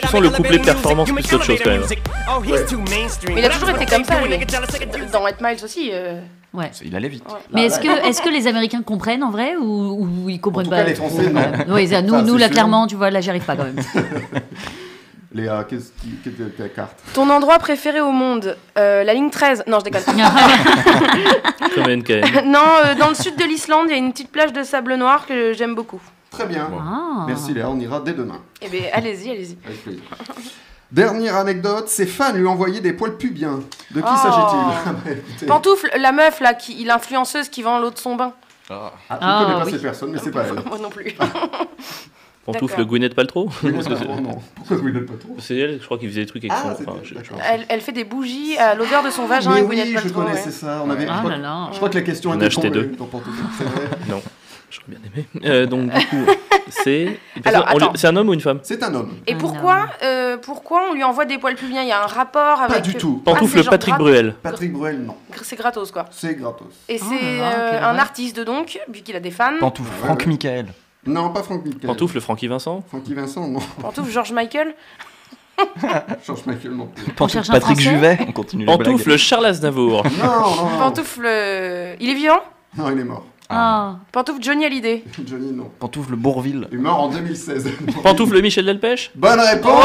S5: Tu sens le couplet performance plus qu'autre chose quand même.
S1: Oh,
S3: Mais il a toujours été comme ça, lui. Dans Wet Miles aussi. euh,
S6: Ouais.
S4: Il allait vite.
S2: Bah
S6: Mais est-ce que, est que les Américains comprennent en vrai ou, ou ils comprennent
S2: tout
S6: pas
S2: cas, les Français, non.
S6: Oui, ça, nous,
S2: Ça,
S6: nous
S2: c'est
S6: là,
S2: sûr.
S6: clairement, tu vois, là, j'y arrive pas quand même.
S2: Léa, qu'est-ce qui qu'est-ce que ta carte
S3: Ton endroit préféré au monde Euh, La ligne 13. Non, je déconne.
S6: Ah.
S5: Comme NKM.
S3: non, euh, dans le sud de l'Islande, il y a une petite plage de sable noir que j'aime beaucoup.
S2: Très bien.
S6: Ah.
S2: Merci Léa, on ira dès demain.
S3: Eh bien, allez-y, allez-y.
S2: Avec plaisir. Dernière anecdote, ses fans lui envoyaient des poils pubiens. De qui
S3: Oh.
S2: s'agit-il Bah, écoutez,
S3: Pantoufle, la meuf là, qui, l'influenceuse qui vend l'eau de son bain.
S2: ah, Je
S6: Ah,
S2: ne connais pas
S6: oui.
S2: ces personnes, mais c'est pas elle.
S3: Moi non plus.
S5: Pantoufle
S3: D'accord.
S5: Gwyneth Paltrow
S2: Gwyneth Paltrow, non. Pourquoi Gwyneth Paltrow
S5: C'est elle, je crois qu'il faisait des trucs avec
S2: Ah,
S5: son.
S2: c'était-
S5: enfin, je- je-
S2: d'accord.
S3: Elle, elle fait des bougies à l'odeur de son vagin.
S2: Mais
S3: et
S2: oui,
S3: Gwyneth
S2: je
S3: Paltrow,
S2: connaissais
S3: ouais.
S2: ça. On avait,
S6: Ah
S2: je, crois,
S6: là là.
S2: je crois que la question
S5: J'en ai
S2: était
S5: acheté
S2: con,
S5: deux.
S2: mais dans Pantoufles, c'est vrai.
S5: Non, j'aurais bien aimé. Euh, donc, du coup, c'est.
S3: Alors,
S5: On lui-
S3: attends.
S5: C'est un homme ou une femme
S2: C'est un homme.
S3: Et
S6: Ah
S3: pourquoi, euh, pourquoi on lui envoie des poils pubiens Il y a un rapport avec.
S2: Pas du tout.
S3: Ah,
S5: Pantoufle
S3: c'est genre
S5: Patrick
S3: grat-
S5: Bruel.
S2: Patrick Bruel, non.
S3: C'est gratos quoi.
S2: C'est gratos.
S3: Et
S6: Oh
S3: c'est
S6: là
S3: euh,
S6: là, quelle
S3: un
S6: horreur.
S3: artiste donc, vu qu'il a des fans.
S4: Pantouf,
S2: Ah,
S4: Franck Michael.
S2: Non, pas Franck Michael.
S5: Pantoufle Francky Vincent
S2: Francky Vincent, non.
S3: Pantoufle George Michael.
S2: George Michael, non. plus.
S4: Pantouf
S6: cherche un
S4: Patrick
S6: Français
S4: Juvet. On continue. les
S5: Pantoufle
S4: blagues.
S5: Charles Aznavour.
S2: Non, non, non.
S3: Pantoufle. euh, Il est vivant
S2: Non, il est mort.
S6: Ah.
S3: Pantoufle Johnny Hallyday.
S2: Johnny, non.
S4: Pantoufle Bourville.
S2: Il est mort en 2016.
S5: Pantoufle Michel Delpech
S2: Bonne réponse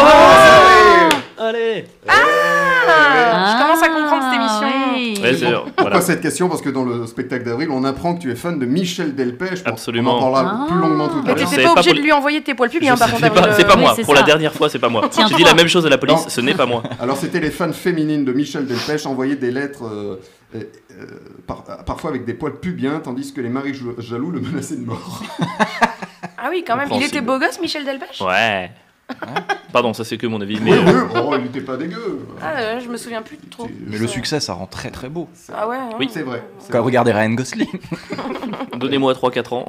S5: Allez
S3: Ah,
S6: Ah,
S3: Je commence à comprendre cette émission.
S6: oui.
S5: Eh Mais c'est sûr, voilà.
S2: Pourquoi cette question Parce que dans le spectacle d'avril, on apprend que tu es fan de Michel Delpech. Bon,
S5: Absolument.
S2: On en parlera
S6: Ah.
S2: plus longuement tout à
S3: Mais
S5: je
S2: l'heure.
S5: savais
S3: t'étais pas
S5: pas
S3: obligé
S5: pour-
S3: de lui envoyer tes poils
S5: Je
S3: pubiens, par
S5: sais-
S3: contre.
S5: C'est pas,
S3: Avril,
S5: c'est pas
S3: euh,
S5: moi.
S6: c'est
S5: Pour
S6: ça.
S5: la dernière fois, c'est pas moi.
S6: Tiens,
S5: J'ai dit la
S6: toi.
S5: même chose à la police.
S2: Non.
S5: Ce n'est pas moi.
S2: Alors, c'était les fans féminines de Michel Delpech envoyaient des lettres. euh, euh, euh, par- parfois avec des poils pubiens, tandis que les maris jou- jaloux le menaçaient de mort.
S3: Ah oui, quand même. Il était
S5: Compréhensible.
S3: beau gosse, Michel Delpech
S5: Ouais.
S4: Hein
S5: Pardon, ça c'est que mon avis. Mais
S2: Oui,
S5: euh,
S2: oui, oh, il était pas dégueu.
S3: Ah, euh, je me souviens plus trop.
S4: Mais le succès, ça rend très très beau.
S3: Ah ouais. hein.
S5: Oui.
S2: C'est vrai. c'est
S4: Quand
S2: vrai.
S4: regardez Ryan Gosling.
S5: euh, donnez-moi 3-4 ans.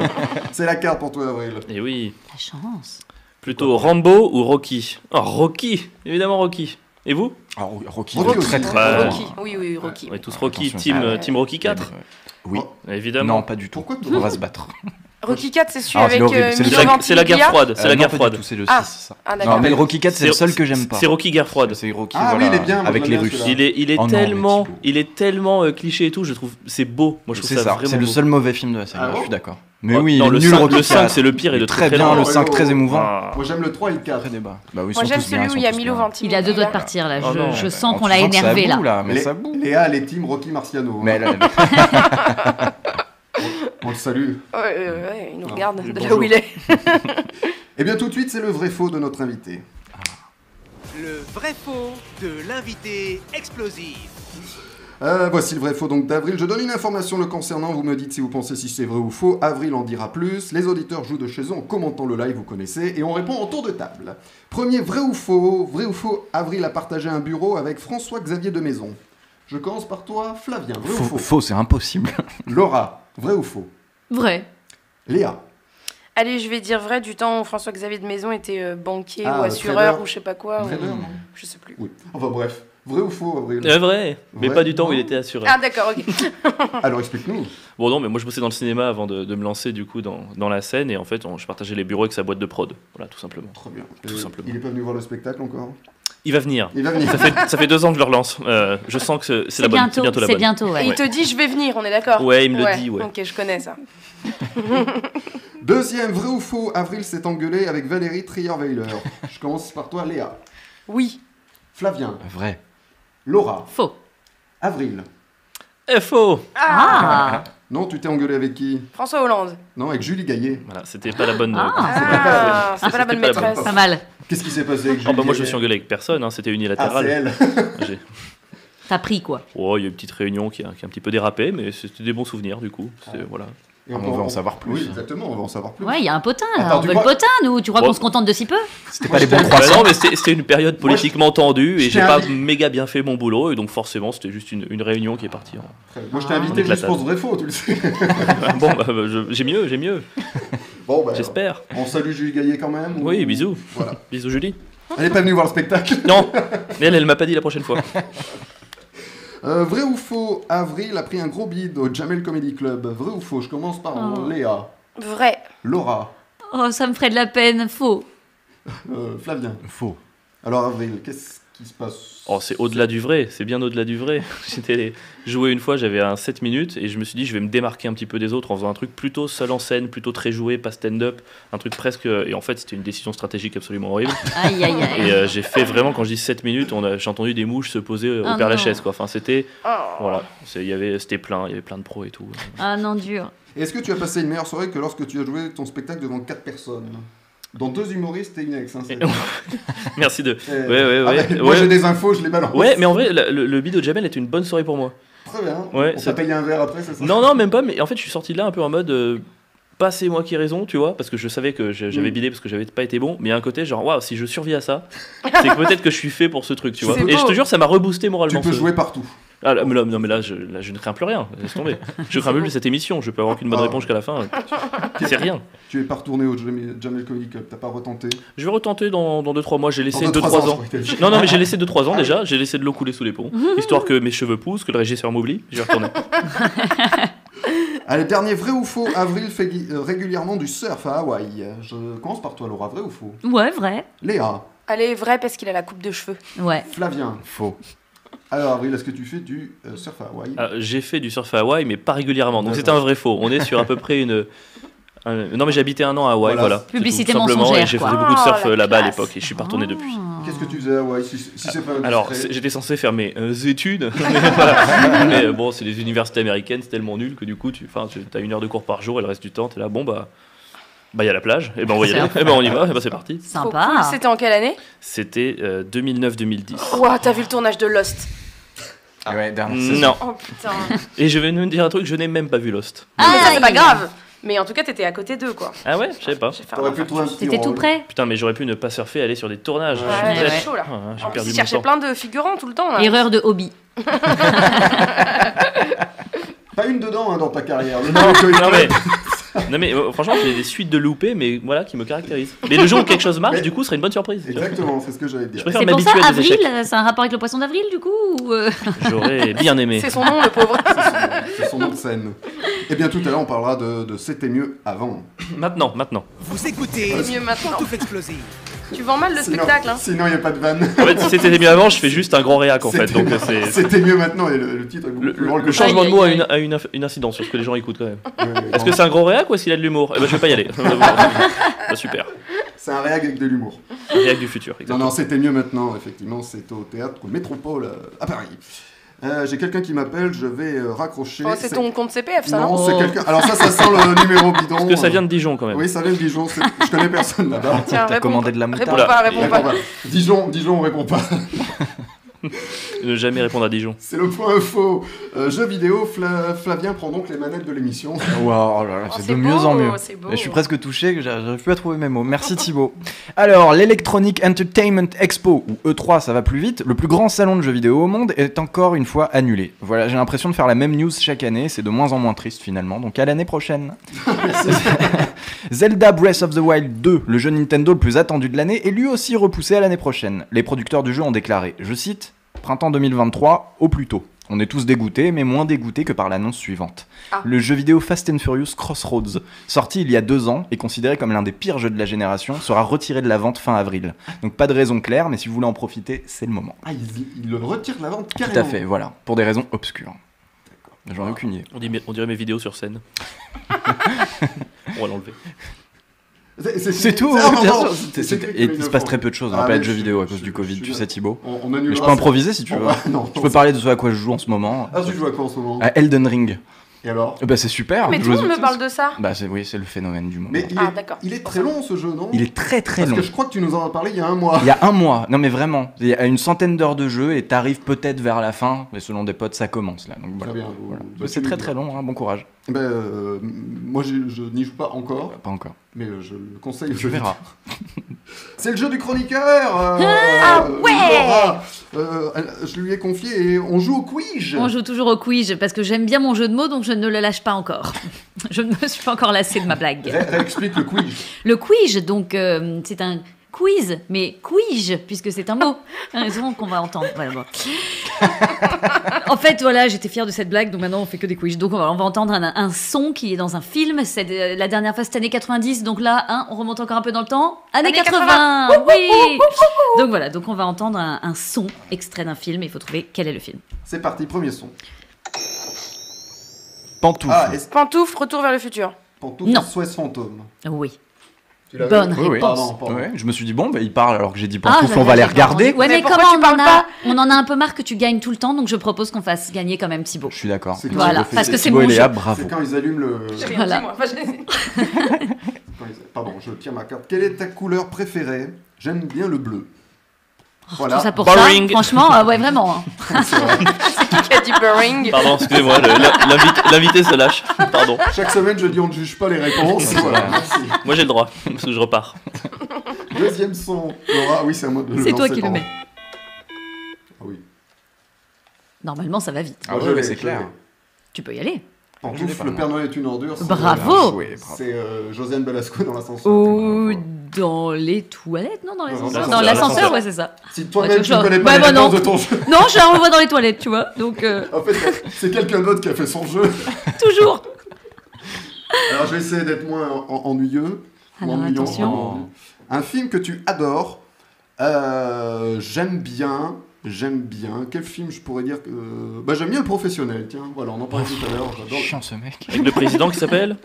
S2: C'est la carte pour toi, Avril.
S5: Et oui.
S6: La chance.
S5: Plutôt Rambo ou Rocky Oh, Rocky Évidemment Rocky. Et vous
S4: Alors, Ah, Rocky,
S2: Rocky
S4: est très
S2: aussi.
S4: très
S5: Ouais.
S4: bon.
S3: Rocky. Oui, oui, Rocky.
S5: On est tous Rocky,
S4: Attention.
S5: team,
S4: Ah
S5: euh,
S3: ouais.
S5: team Rocky 4
S4: Oui.
S5: Évidemment.
S4: Non, pas du tout.
S2: Pourquoi tout
S4: On va se battre.
S3: Rocky 4, c'est celui
S4: Ah, c'est
S3: avec
S4: horrible,
S3: euh,
S4: c'est le
S5: C'est
S4: Milan
S5: la,
S3: Milo
S5: c'est la guerre
S3: Ventimiglia
S5: froide. C'est
S4: Euh,
S5: la
S4: non,
S5: guerre
S4: pas du
S5: froide.
S4: tout, C'est le
S3: Ah.
S4: 6, ça.
S3: Ah
S4: Non,
S3: d'accord.
S4: mais Rocky 4, c'est le
S5: C'est-
S4: seul que j'aime pas.
S5: C'est Rocky guerre froide.
S4: C'est Rocky,
S2: Ah oui,
S4: voilà,
S2: il est bien, moi,
S4: avec
S2: j'aime
S4: les
S2: bien
S4: Russes.
S2: celui-là.
S5: Il est, il est
S4: Oh non, mais
S5: tellement,
S4: Thibaut.
S5: il est tellement euh, cliché et tout. Je trouve, c'est beau. Moi, je trouve
S4: C'est
S5: ça,
S4: ça,
S5: vraiment
S4: c'est le
S5: beau.
S4: seul mauvais film de la série,
S2: Ah bon
S4: je suis d'accord. Mais
S5: Oh,
S4: oui,
S5: non,
S4: il est
S5: le
S4: nul
S5: cinq-
S4: Rocky
S5: le cinq,
S4: 4.
S5: c'est le pire et
S4: Il est
S5: de
S4: très
S5: très
S4: bien,
S5: loin.
S4: le 5 très émouvant.
S5: Ah.
S2: Moi, j'aime le 3 et le 4.
S4: Très débat. Bah oui,
S3: Moi
S4: ils sont
S3: j'aime
S4: tous bien,
S3: celui
S4: ils
S3: où
S4: sont
S3: il y a
S4: tous
S3: Milo
S4: bien.
S3: Ventimiglia.
S6: Il a deux doigts de partir là. Je,
S5: Oh non,
S6: je
S5: ouais.
S6: sens
S4: Oh,
S6: qu'on
S4: tu
S6: l'a
S4: sens que ça
S6: énervé là.
S4: boue, Mais
S2: Les-
S4: ça boue.
S2: Léa, elle est team Rocky Marciano. hein.
S4: Mais elle a-
S2: On le salue.
S3: Ouais, ouais, ouais, il nous
S2: Non,
S3: regarde
S5: mais
S3: de là
S5: bonjour.
S3: où il est.
S2: Eh bien, tout de suite, c'est le vrai faux de notre invité.
S1: Le vrai faux de l'invité explosif.
S2: Euh, voici le vrai faux donc d'Avril. Je donne une information le concernant. Vous me dites si vous pensez si c'est vrai ou faux. Avril en dira plus. Les auditeurs jouent de chez eux en commentant le live, vous connaissez, et on répond en tour de table. Premier vrai ou faux Vrai ou faux Avril a partagé un bureau avec François-Xavier de Maison. Je commence par toi, Flavien. Vrai ou
S4: Faux,
S2: faux
S4: faux, c'est impossible.
S2: Laura. Vrai ou faux
S6: Vrai.
S2: Léa.
S3: Allez, je vais dire vrai du temps où François-Xavier de Maison était euh, banquier
S2: Ah,
S3: ou
S2: euh,
S3: assureur
S2: trader.
S3: ou je sais pas quoi.
S2: Trader,
S3: ou-
S2: non
S3: Je sais plus.
S2: Oui. Enfin bref. Vrai ou faux, Avril
S5: C'est vrai, mais
S2: Ouais.
S5: pas du temps où il était assuré.
S3: Ah d'accord, ok.
S2: Alors explique-nous.
S5: Bon, non, mais moi je bossais dans le cinéma avant de, de me lancer du coup dans, dans la scène et en fait on- je partageais les bureaux avec sa boîte de prod. Voilà, tout simplement.
S2: Très bien.
S5: Tout
S2: Euh,
S5: simplement.
S2: Il est pas venu voir le spectacle encore
S5: Il va venir.
S2: Il va venir.
S5: Ça fait, ça fait deux ans que je le relance. Euh, je sens que c'est- c'est
S6: C'est
S5: la bonne.
S6: bientôt.
S5: C'est bientôt la
S6: C'est
S5: bonne.
S6: bientôt.
S3: Et
S6: ouais.
S3: il te dit je vais venir, on est d'accord
S5: Ouais, il me le dit, ouais.
S3: Ok, je connais ça.
S2: Deuxième, vrai ou faux, Avril s'est engueulé avec Valérie Trierweiler. Je commence par toi, Léa.
S3: Oui.
S2: Flavien,
S4: Vrai.
S2: Laura,
S6: Faux.
S2: Avril.
S5: FO
S6: Ah.
S2: Non, tu t'es engueulé avec qui
S3: François Hollande.
S2: Non, avec Julie Gaillet.
S5: Voilà, c'était pas la bonne. euh,
S6: Ah.
S3: Ah, c'est pas la
S5: C'était
S3: bonne
S5: pas la bonne.
S3: maîtresse.
S6: Pas mal.
S2: Qu'est-ce qui s'est passé avec Julie
S5: Ah bah moi je me suis
S2: Gaillet
S5: engueulé avec personne, hein, c'était
S2: Ah, c'est
S5: unilatéral.
S2: elle.
S5: J'ai-
S6: T'as pris quoi
S5: Oh, il y a eu une petite réunion qui a, qui a un petit peu dérapé, mais c'était des bons souvenirs du coup. C'était-
S2: Ah.
S5: Voilà.
S2: Et
S4: Ah, on
S2: peut-
S4: va en savoir plus.
S2: Oui, exactement, on va en savoir plus.
S6: Ouais, il y a un potin là.
S2: Mmh. Attends,
S6: on
S2: tu
S6: veut
S2: crois-
S6: le potin nous. Tu crois
S5: Bon.
S6: qu'on se contente de si peu
S4: C'était
S2: Moi,
S4: pas les
S2: j'étais-
S4: bons
S5: Bah
S4: 300.
S5: non, mais c'était c'était une période
S2: Moi, je-
S5: politiquement tendue
S2: je
S5: et j'ai
S2: t'ai
S5: pas
S2: invité-
S5: méga bien fait mon boulot et donc forcément c'était juste une, une réunion qui est partie. en-
S2: Très bien. Moi, je t'ai
S6: Ah.
S2: invité juste
S5: Éclatable.
S2: pour ce vrai faux, tu le sais.
S5: bon, bah, bah, je- j'ai mieux, j'ai mieux,
S2: Bon, bah,
S5: j'espère.
S2: on salue Julie Gaillet quand même. ou-
S5: Oui, bisous.
S2: Voilà.
S5: Bisous Julie.
S2: Elle n'est pas venue voir le spectacle.
S5: Non, mais elle, elle m'a pas dit la prochaine fois.
S2: Euh, vrai ou faux, Avril a pris un gros bide au Jamel Comedy Club. Vrai ou faux, je commence par
S6: Oh.
S2: Léa,
S3: Vrai.
S2: Laura,
S6: Oh, ça me ferait de la peine. Faux.
S2: euh, Flavien.
S4: Faux.
S2: Alors Avril, qu'est-ce qui se passe
S5: Oh, c'est au-delà du vrai, c'est bien au-delà du vrai. J'étais joué une fois, j'avais un 7 minutes et je me suis dit je vais me démarquer un petit peu des autres en faisant un truc plutôt seul en scène, plutôt très joué, pas stand-up, un truc presque. euh, Et en fait, c'était une décision stratégique absolument horrible.
S6: Aïe aïe
S5: Et
S6: aïe.
S5: euh, j'ai fait vraiment, quand je dis 7 minutes, on a- j'ai entendu des mouches se poser euh, au
S6: Ah
S5: Père
S6: non.
S5: Lachaise. Quoi. Enfin, c'était.
S3: Oh.
S5: Voilà, C'est- il y avait- c'était plein, il y avait plein de pros et tout.
S6: Ah non dur.
S2: Est-ce que tu as passé une meilleure soirée que lorsque tu as joué ton spectacle devant quatre personnes Dont deux humoristes et une ex. hein, c'est-
S5: Merci de.
S2: Euh,
S5: Ouais, ouais,
S2: ah
S5: ouais.
S2: bah, moi
S5: ouais.
S2: j'ai des infos, je les balance.
S5: Ouais, mais en vrai, la- le, le bide au Jamel est une bonne soirée pour moi.
S2: Très bien.
S5: Ouais,
S2: on t'a
S5: ça-
S2: payé un verre après, c'est ça
S5: Non, non, même pas, mais en fait, je suis sorti de là un peu en mode. euh, pas c'est moi qui ai raison, tu vois, parce que je savais que je- j'avais
S2: Mm.
S5: bidé parce que j'avais pas été bon, mais à un côté, genre, waouh, si je survis à ça, c'est que peut-être que je suis fait pour ce truc, tu hein. vois.
S3: C'est
S5: Et je
S3: beau.
S5: te jure, ça m'a reboosté
S2: Tu
S5: moralement.
S2: peux
S5: ce-
S2: jouer partout.
S5: Ah, là, mais là, non, mais là je, là, je ne crains plus rien, laisse tomber. Je crains même plus cette émission, je peux avoir qu'une bonne
S2: Ah.
S5: réponse qu'à la fin. C'est rien.
S2: Tu es pas retourné au Jamel Jamel Comedy Club, t'as pas retenté.
S5: Je vais retenter dans 2-3 mois. J'ai laissé
S2: Dans deux,
S5: 2-3
S2: trois ans, je
S5: ans.
S2: crois que t'as dit.
S5: Non, non, mais j'ai laissé 2-3 ans
S2: Ah
S5: déjà. J'ai laissé de l'eau couler sous les ponts. Histoire que mes cheveux poussent, que le régisseur m'oublie. Je vais retourner.
S2: Allez, dernier vrai ou faux, Avril fait gui- euh, régulièrement du surf à Hawaï. Je commence par toi Laura, vrai ou faux
S6: Ouais vrai.
S2: Léa,
S3: Allez, vrai parce qu'il a la coupe de cheveux.
S6: Ouais.
S2: Flavien.
S4: Faux.
S2: Alors Avril, est-ce que tu fais du euh, surf à Hawaï
S5: Ah, j'ai fait du surf à Hawaï, mais pas régulièrement. Donc
S2: D'accord.
S5: c'est un vrai faux. On est sur à peu près une. un- Non, mais j'habitait un an à Hawaï,
S2: Voilà.
S5: voilà.
S6: Publicité
S5: C'est tout, tout simplement.
S6: mensongère,
S5: Et J'ai fait
S6: quoi.
S5: beaucoup de surf
S3: Oh, la
S5: euh, là-bas à
S3: classe.
S5: l'époque et je suis pas retourné depuis.
S6: Ah.
S2: Qu'est-ce que tu faisais à Hawaï si, si c'est pas indiscret
S5: Alors, c'est- j'étais censé faire mes euh, études, mais, voilà. Mais, euh, bon, c'est les universités américaines, c'est tellement nul que du coup, tu as une heure de cours par jour et le reste du temps, t'es là, bon, bah, bah, il y a la plage, et ben on va y aller, et ben on y va, et ben c'est parti.
S3: Trop
S6: Sympa.
S3: cool. C'était en quelle année
S5: C'était euh, 2009-2010.
S3: Ouah, t'as vu le tournage de Lost
S4: Ah ouais, dernière saison.
S5: Mm, Non.
S3: Oh putain.
S5: Et je vais nous dire un truc, je n'ai même pas vu Lost.
S3: Mais Ah, ça, c'est pas
S6: Aïe.
S3: grave. Mais en tout cas, t'étais à côté d'eux, quoi.
S5: Ah ouais, je savais pas.
S3: J'ai fait un
S2: T'aurais
S3: enfer.
S2: pu trouver un petit
S6: T'étais tout
S2: rôle.
S6: prêt
S5: Putain, mais j'aurais pu ne pas surfer, aller sur des tournages.
S3: Ouais,
S5: Je suis
S6: ouais,
S5: bête.
S3: chaud, là.
S5: Ah, J'ai
S3: En plus,
S5: perdu
S3: ils
S5: mon temps.
S3: cherchaient plein de figurants tout le temps, hein. là.
S6: Erreur de hobby.
S2: Pas une dedans hein, dans ta carrière. Le nom que-
S5: Non mais, non mais euh, franchement, j'ai des suites de loupés, mais voilà, qui me caractérisent. Mais le jour où quelque chose marche,
S2: Mais-
S5: du coup, ce serait une bonne surprise.
S2: Exactement, c'est ce que j'allais te dire.
S5: Je préfère
S6: C'est pour ça,
S5: m'habituer à des
S6: avril,
S5: échecs.
S6: euh, c'est un rapport avec le poisson d'avril, du coup ou, euh,
S5: J'aurais bien aimé.
S3: C'est son nom, le pauvre.
S2: C'est son nom de scène. Et bien tout à l'heure, on parlera de, de C'était mieux avant.
S5: Maintenant, maintenant.
S1: Vous écoutez
S3: C'est mieux maintenant.
S1: Pantoufle Explosive.
S3: Tu vends mal le
S2: Sinon-
S3: spectacle, hein.
S2: Sinon, il n'y a pas de vanne.
S5: En fait, si c'était mieux avant, je fais juste un grand réac en fait.
S2: C'était-
S5: Donc euh, c'est.
S2: C'était mieux maintenant et le, le titre est beaucoup
S5: Le,
S2: plus drôle
S5: le-
S2: que
S5: le
S2: ça.
S5: changement de mot a
S6: Aïe, aïe,
S5: une, a une inf- une incidence sur ce que les gens écoutent quand même.
S2: Ouais, ouais,
S5: Est-ce que
S2: bon.
S5: c'est un grand réac ou est-ce qu'il a de l'humour Eh ben, je vais pas y aller. Bah, super.
S2: C'est un réag avec de l'humour.
S5: Réac du futur.
S2: Non,
S5: exactement.
S2: non, c'était mieux maintenant, effectivement. C'est au théâtre Métropole euh, à Paris. Euh, J'ai quelqu'un qui m'appelle, je vais euh, raccrocher.
S3: Oh, c'est ton compte CPF, ça. hein
S2: Non,
S6: non
S2: c'est
S6: Oh.
S2: quelqu'un. Alors ça, ça sent le numéro bidon. euh,
S5: Parce que ça vient de Dijon quand même.
S2: Oui, ça vient de Dijon. c'est- Je connais personne là-bas.
S3: Tiens,
S4: T'as
S3: réponds
S4: commandé
S3: pas.
S4: de la moutarde.
S3: Réponds pas, réponds
S2: Répond
S3: pas.
S2: pas. Dijon, Dijon, on répond pas.
S5: Ne jamais répondre à Dijon.
S2: C'est le point info. Euh, jeux vidéo, Fla- Flavien prend donc les manettes de l'émission.
S4: Waouh, oh là là,
S3: Oh,
S4: c'est
S3: c'est
S4: de mieux en
S3: beau,
S4: mieux.
S3: c'est beau.
S4: Je suis presque touché, que j'ar- j'arrive plus à trouver mes mots. Merci Thibaut. Alors, l'Electronic Entertainment Expo, ou E3, ça va plus vite, le plus grand salon de jeux vidéo au monde, est encore une fois annulé. Voilà, j'ai l'impression de faire la même news chaque année, c'est de moins en moins triste finalement, donc à l'année prochaine. Zelda Breath of the Wild 2, le jeu Nintendo le plus attendu de l'année, est lui aussi repoussé à l'année prochaine. Les producteurs du jeu ont déclaré, je cite, Printemps 2023, au plus tôt. On est tous dégoûtés, mais moins dégoûtés que par l'annonce suivante.
S3: Ah.
S4: Le jeu vidéo Fast and Furious Crossroads, sorti il y a deux ans et considéré comme l'un des pires jeux de la génération, sera retiré de la vente fin avril. Donc pas de raison claire, mais si vous voulez en profiter, c'est le moment.
S2: Ah, il, il le retire de la vente
S4: Tout à
S2: carrément.
S4: fait, voilà, pour des raisons obscures. J'en ai aucune idée.
S5: On, dit mes- on dirait mes vidéos sur scène. on va l'enlever.
S2: C'est-
S4: C'est tout,
S2: Ah, non,
S4: bien
S2: non,
S4: sûr.
S2: c'est- c'est
S4: C'était- c'était-
S2: que
S4: et
S2: une
S4: il se passe
S2: fois.
S4: très peu de choses, on
S2: Ah,
S4: va pas
S2: mais
S4: de jeux
S2: je-
S4: vidéo à
S2: je-
S4: cause
S2: je-
S4: du
S2: je-
S4: Covid, tu sais Thibaut.
S2: On, on
S4: Mais
S2: annulera
S4: je peux
S2: ça.
S4: improviser si tu
S2: On
S4: veux.
S2: va- Non.
S4: Je peux parler de ce à quoi je joue en ce moment.
S2: Ah, tu joues à quoi en ce moment
S4: À Elden Ring.
S2: Et alors
S4: Eh Bah c'est super.
S3: Mais
S4: je
S3: tout le
S4: joue-
S3: monde me parle de ça.
S4: Bah c'est oui, c'est le phénomène du moment.
S2: Mais il est,
S3: Ah, d'accord.
S2: il est très long ce jeu, non
S4: Il est très très
S2: Parce
S4: long.
S2: que je crois que tu nous en as parlé il y a un mois.
S4: Il y a un mois, non mais vraiment, il y a une centaine d'heures de jeu et t'arrives peut-être vers la fin, mais selon des potes ça commence là, donc voilà.
S2: Très bien.
S4: Voilà.
S2: Bah,
S4: Mais C'est
S2: tu-
S4: très très long, hein, bon courage.
S2: Ben, euh, moi, je, je n'y joue pas encore,
S4: Bah, Pas encore,
S2: mais euh, je le conseille.
S4: tu verras.
S2: C'est le jeu du chroniqueur euh,
S6: Ah,
S2: euh,
S6: ouais
S2: Laura. Euh, elle- Je lui ai confié et on joue au quiz
S6: On joue toujours au quiz parce que j'aime bien mon jeu de mots, donc je ne le lâche pas encore. je ne me suis pas encore lassée de ma blague.
S2: Ré- Réexplique le quiz.
S6: Le quiz, donc, euh, c'est un quiz, mais quiz, puisque c'est un mot. Un son qu'on va entendre. Voilà, bon. en fait, voilà, j'étais fière de cette blague, donc maintenant on fait que des quiz. Donc on va, on va entendre un, un son qui est dans un film. C'est de- la dernière fois, c'était années 90, donc là, hein, on remonte encore un peu dans le temps. Années,
S3: Années
S6: 80, oui Donc voilà, donc on va entendre un, un son extrait d'un film et il faut trouver quel est le film.
S2: C'est parti, premier son.
S4: Pantoufle.
S2: Ah, est-ce
S3: Pantoufle, retour vers le futur.
S2: Pantoufle
S6: Non.
S2: SOS fantôme
S6: Oui.
S2: Tu l'avais
S6: Bonne
S4: Oui, oui.
S6: réponse.
S2: Pardon, pardon.
S4: Ouais, je me suis dit bon, bah, il parle alors que j'ai dit
S6: Ah,
S4: pantoufle, on
S6: j'avais-
S4: va les
S6: j'avais pas
S4: regarder.
S6: entendu. Ouais,
S3: Mais
S6: mais,
S3: pourquoi
S6: comment
S3: tu
S6: on,
S3: parles
S6: en a,
S3: pas
S6: on en a un peu marre que tu gagnes tout le temps, donc je propose qu'on fasse gagner quand même Thibaut.
S4: Je suis d'accord.
S2: C'est
S6: Voilà,
S2: quand-
S6: parce que c'est
S4: Thibaut
S6: mon
S4: et Léa,
S6: jeu.
S4: bravo.
S2: C'est quand ils allument le.
S3: J'ai
S2: c'est
S3: rien
S6: Voilà.
S3: dit, moi. Enfin, j'ai-
S2: quand ils- Pardon, je tiens ma carte. Quelle est ta couleur préférée J'aime bien le bleu. voilà.
S6: Oh, Tout ça pour
S5: Boring.
S6: ça, franchement, euh, ouais, vraiment. hein.
S2: C'est vrai.
S3: Qui a dit boring
S5: Pardon, excusez-moi, le- la- l'invité- l'invité se lâche. Pardon.
S2: Chaque semaine, je dis on ne juge pas les réponses. voilà, merci.
S5: Moi j'ai le droit, parce que je repars.
S2: Deuxième son. Laura, oui, c'est à moi de le
S6: C'est toi
S2: lancer,
S6: qui le
S2: pardon.
S6: mets.
S2: Ah oui.
S6: Normalement, ça va vite.
S4: Ah ouais,
S2: Je
S4: mais
S2: l'ai,
S4: c'est
S2: je
S4: clair.
S2: l'ai.
S6: Tu peux y aller.
S4: Je l'ai
S2: Pantouf,
S4: pas,
S2: le
S4: moi.
S2: Père Noël est une ordure. c'est-
S6: Bravo.
S4: Bien joué, bravo.
S2: C'est euh, Josiane Belasco dans l'ascenseur.
S6: Ou dans les toilettes, non, dans les
S2: Non,
S6: ascenseurs.
S5: dans
S6: Dans l'ascenseur,
S5: l'ascenseur.
S6: ouais, c'est ça.
S2: Si toi-même
S6: Ouais,
S2: tu ne
S6: toujours.
S2: connais
S6: Bah, Ouais,
S2: pas les
S6: moi, non.
S2: réponses de ton jeu,
S6: Non, je la revois dans les toilettes, tu vois. Donc, euh,
S2: en fait, c'est quelqu'un d'autre qui a fait son jeu.
S6: toujours.
S2: Alors je vais essayer d'être moins en- ennuyeux. ou
S6: Alors,
S2: ennuyant.
S6: attention.
S2: Un film que tu adores. Euh, J'aime bien. J'aime bien. Quel film je pourrais dire que. euh, Bah, j'aime bien le professionnel, tiens. Voilà, on en parlait tout à l'heure. J'adore
S4: Chiant ce mec.
S5: Avec le président qui s'appelle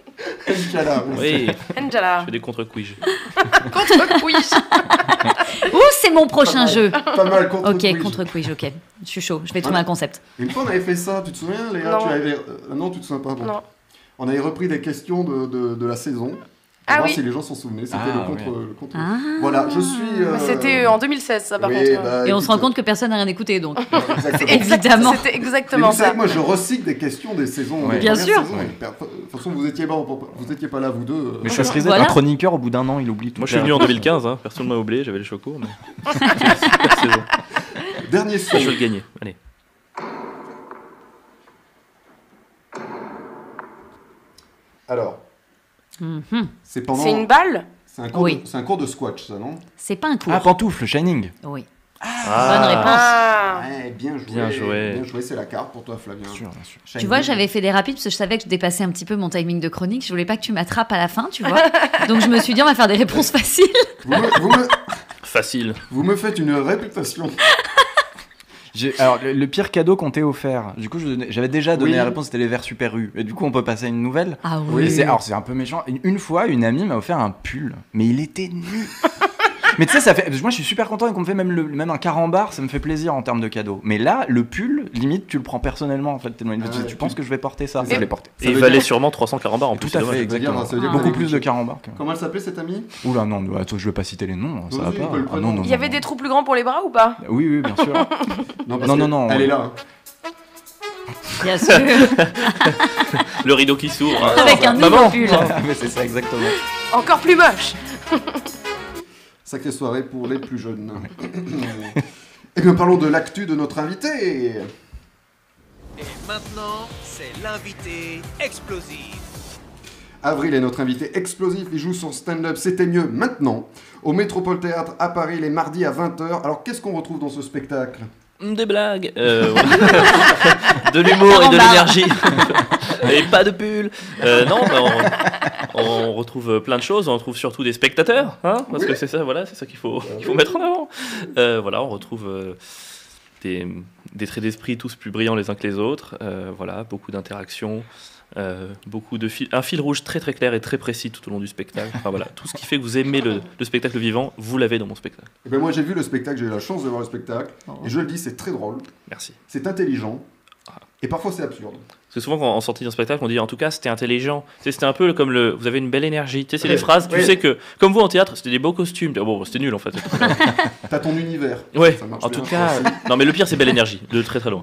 S2: le Cala, oui.
S5: Oui, je
S3: Angela.
S5: fais des contre-quiz.
S3: Contre quiz.
S6: Ouh, c'est mon prochain
S2: mal.
S6: jeu.
S2: Pas mal contre
S6: Ok,
S2: Quiz.
S6: contre quiz, ok. Je suis chaud, je vais trouver un concept.
S2: Une fois, on avait fait ça, tu te souviens, Léa
S3: Non.
S2: Tu avais... euh, non, tu te souviens pas. bon.
S3: Non.
S2: On avait repris des questions de, de- de la saison. Pour
S3: Ah
S2: voir
S3: oui.
S2: si les gens s'en souvenaient. C'était
S4: Ah,
S2: le contre. le contre-
S6: Ah.
S2: Voilà, je suis. euh,
S3: C'était en 2016, ça, par
S2: oui,
S3: contre.
S2: bah,
S6: Et on se rend
S2: écoute,
S6: compte que personne n'a rien écouté, donc.
S2: euh, exactement.
S6: Exact. Évidemment.
S3: C'était
S2: Mais vous
S3: exactement
S2: savez
S3: ça.
S2: que moi je recycle des questions des saisons.
S4: Ouais.
S2: des
S6: Bien
S2: dernières
S6: sûr.
S2: saisons.
S4: Ouais.
S2: De toute façon, vous étiez pas, vous étiez pas là, vous deux. euh,
S4: Mais ça se risque d'être
S6: Voilà.
S4: un chroniqueur, au bout d'un an, il oublie tout.
S5: Moi, je suis venu en 2015, hein. personne ne m'a oublié, j'avais les cheveux courts, mais super saison.
S2: Dernier
S5: Ça, je vais
S2: sujet.
S5: le gagner. Allez.
S2: Alors,
S6: Mhm.
S2: c'est pendant.
S3: C'est une balle
S2: C'est un, cours
S6: Oui.
S2: de- c'est un cours de squash, ça, non
S6: C'est pas un cours.
S4: Ah, pantoufle, Shining.
S6: Oui.
S5: Ah,
S6: Bonne réponse.
S3: Ah.
S2: Ouais, bien joué.
S5: Bien joué.
S2: Bien joué, c'est la carte pour toi, Flavien.
S4: Bien sûr, bien sûr.
S6: Tu vois, j'avais fait des rapides parce que je savais que je dépassais un petit peu mon timing de chronique. Je voulais pas que tu m'attrapes à la fin, tu vois. Donc je me suis dit, on va faire des réponses faciles.
S2: Vous me, vous me-
S5: Facile.
S2: vous me faites une réputation.
S4: J'ai- Alors, le, le pire cadeau qu'on t'ait offert, du coup, je donnais- j'avais déjà donné
S2: Oui.
S4: la réponse, c'était les vers Super U. Et du coup, on peut passer à une nouvelle.
S6: Ah
S4: Et
S6: oui.
S4: c'est- alors, c'est un peu méchant. Une, une fois, une amie m'a offert un pull, mais il était nu. mais tu sais, ça fait. parce que Moi, je suis super content et qu'on me fait même, le, même un carambar, ça me fait plaisir en termes de cadeau. Mais là, le pull, limite, tu le prends personnellement en fait. tellement il-
S2: Ah
S4: tu,
S2: ouais.
S4: tu penses que je vais porter ça
S2: Et-
S4: Je l'ai porté.
S5: Et il
S2: veut
S5: valait
S2: dire-
S5: sûrement 340 bars en
S4: Tout
S5: plus. c'est
S4: à fait,
S5: dommage.
S2: veut dire-
S4: exactement.
S2: ça veut dire
S6: que
S4: Beaucoup
S2: vous-
S4: plus de carambar. que-
S2: Comment elle s'appelait cette amie
S4: Oula, non, non, attends, je vais pas citer les noms, ça
S2: Non,
S4: va
S2: si,
S4: pas.
S2: on peut le
S4: Ah, non, non,
S2: prendre.
S3: Il y avait des trous plus grands pour les bras ou pas
S4: Oui, oui, bien sûr.
S2: parce
S4: Non,
S2: que
S4: non, non,
S2: Elle
S4: ouais.
S2: est là. hein.
S6: Bien sûr.
S5: Le rideau qui s'ouvre.
S6: Avec un
S5: bah,
S6: nouveau
S4: Maman.
S6: pull.
S4: Ah, mais c'est ça, exactement.
S3: Encore plus moche
S2: Sacrée soirée pour les plus jeunes. Et bien, parlons de l'actu de notre invité.
S1: Et maintenant, c'est l'invité explosif.
S2: Avril est notre invité explosif, il joue son stand-up C'était mieux maintenant au Métropole Théâtre à Paris les mardis à 20h. Alors qu'est-ce qu'on retrouve dans ce spectacle
S5: Des blagues. Euh, ouais. de l'humour et de
S6: Carambar.
S5: l'énergie. et pas de pull. Euh, non, bah, on, on retrouve plein de choses. On retrouve surtout des spectateurs. hein, parce que c'est ça, voilà, c'est ça qu'il faut, qu'il faut mettre en avant. Euh, voilà, on retrouve euh, des, des traits d'esprit tous plus brillants les uns que les autres. Euh, voilà, beaucoup d'interactions. euh, beaucoup de fil- un fil rouge très très clair et très précis tout au long du spectacle. Enfin voilà, tout ce qui fait que vous aimez le, le spectacle vivant, vous l'avez dans mon spectacle.
S2: Eh ben, Moi j'ai vu le spectacle, j'ai eu la chance de voir le spectacle.
S5: Ah
S2: Et je le dis, c'est très drôle,
S5: Merci.
S2: c'est intelligent
S5: Ah.
S2: et parfois c'est absurde.
S5: Parce que souvent, quand on sortit d'un spectacle, on dit en tout cas, c'était intelligent. Tu sais, C'était un peu comme le. Vous avez une belle énergie. Tu sais, c'est
S2: Ouais,
S5: des phrases. Tu
S2: ouais.
S5: sais que, comme vous en théâtre, c'était des beaux costumes. Oh, Bon, c'était nul en fait.
S2: T'as ton univers.
S5: Ouais,
S2: Ça marche
S5: en
S2: bien,
S5: tout cas. Non, mais le pire, c'est belle énergie. De très très loin.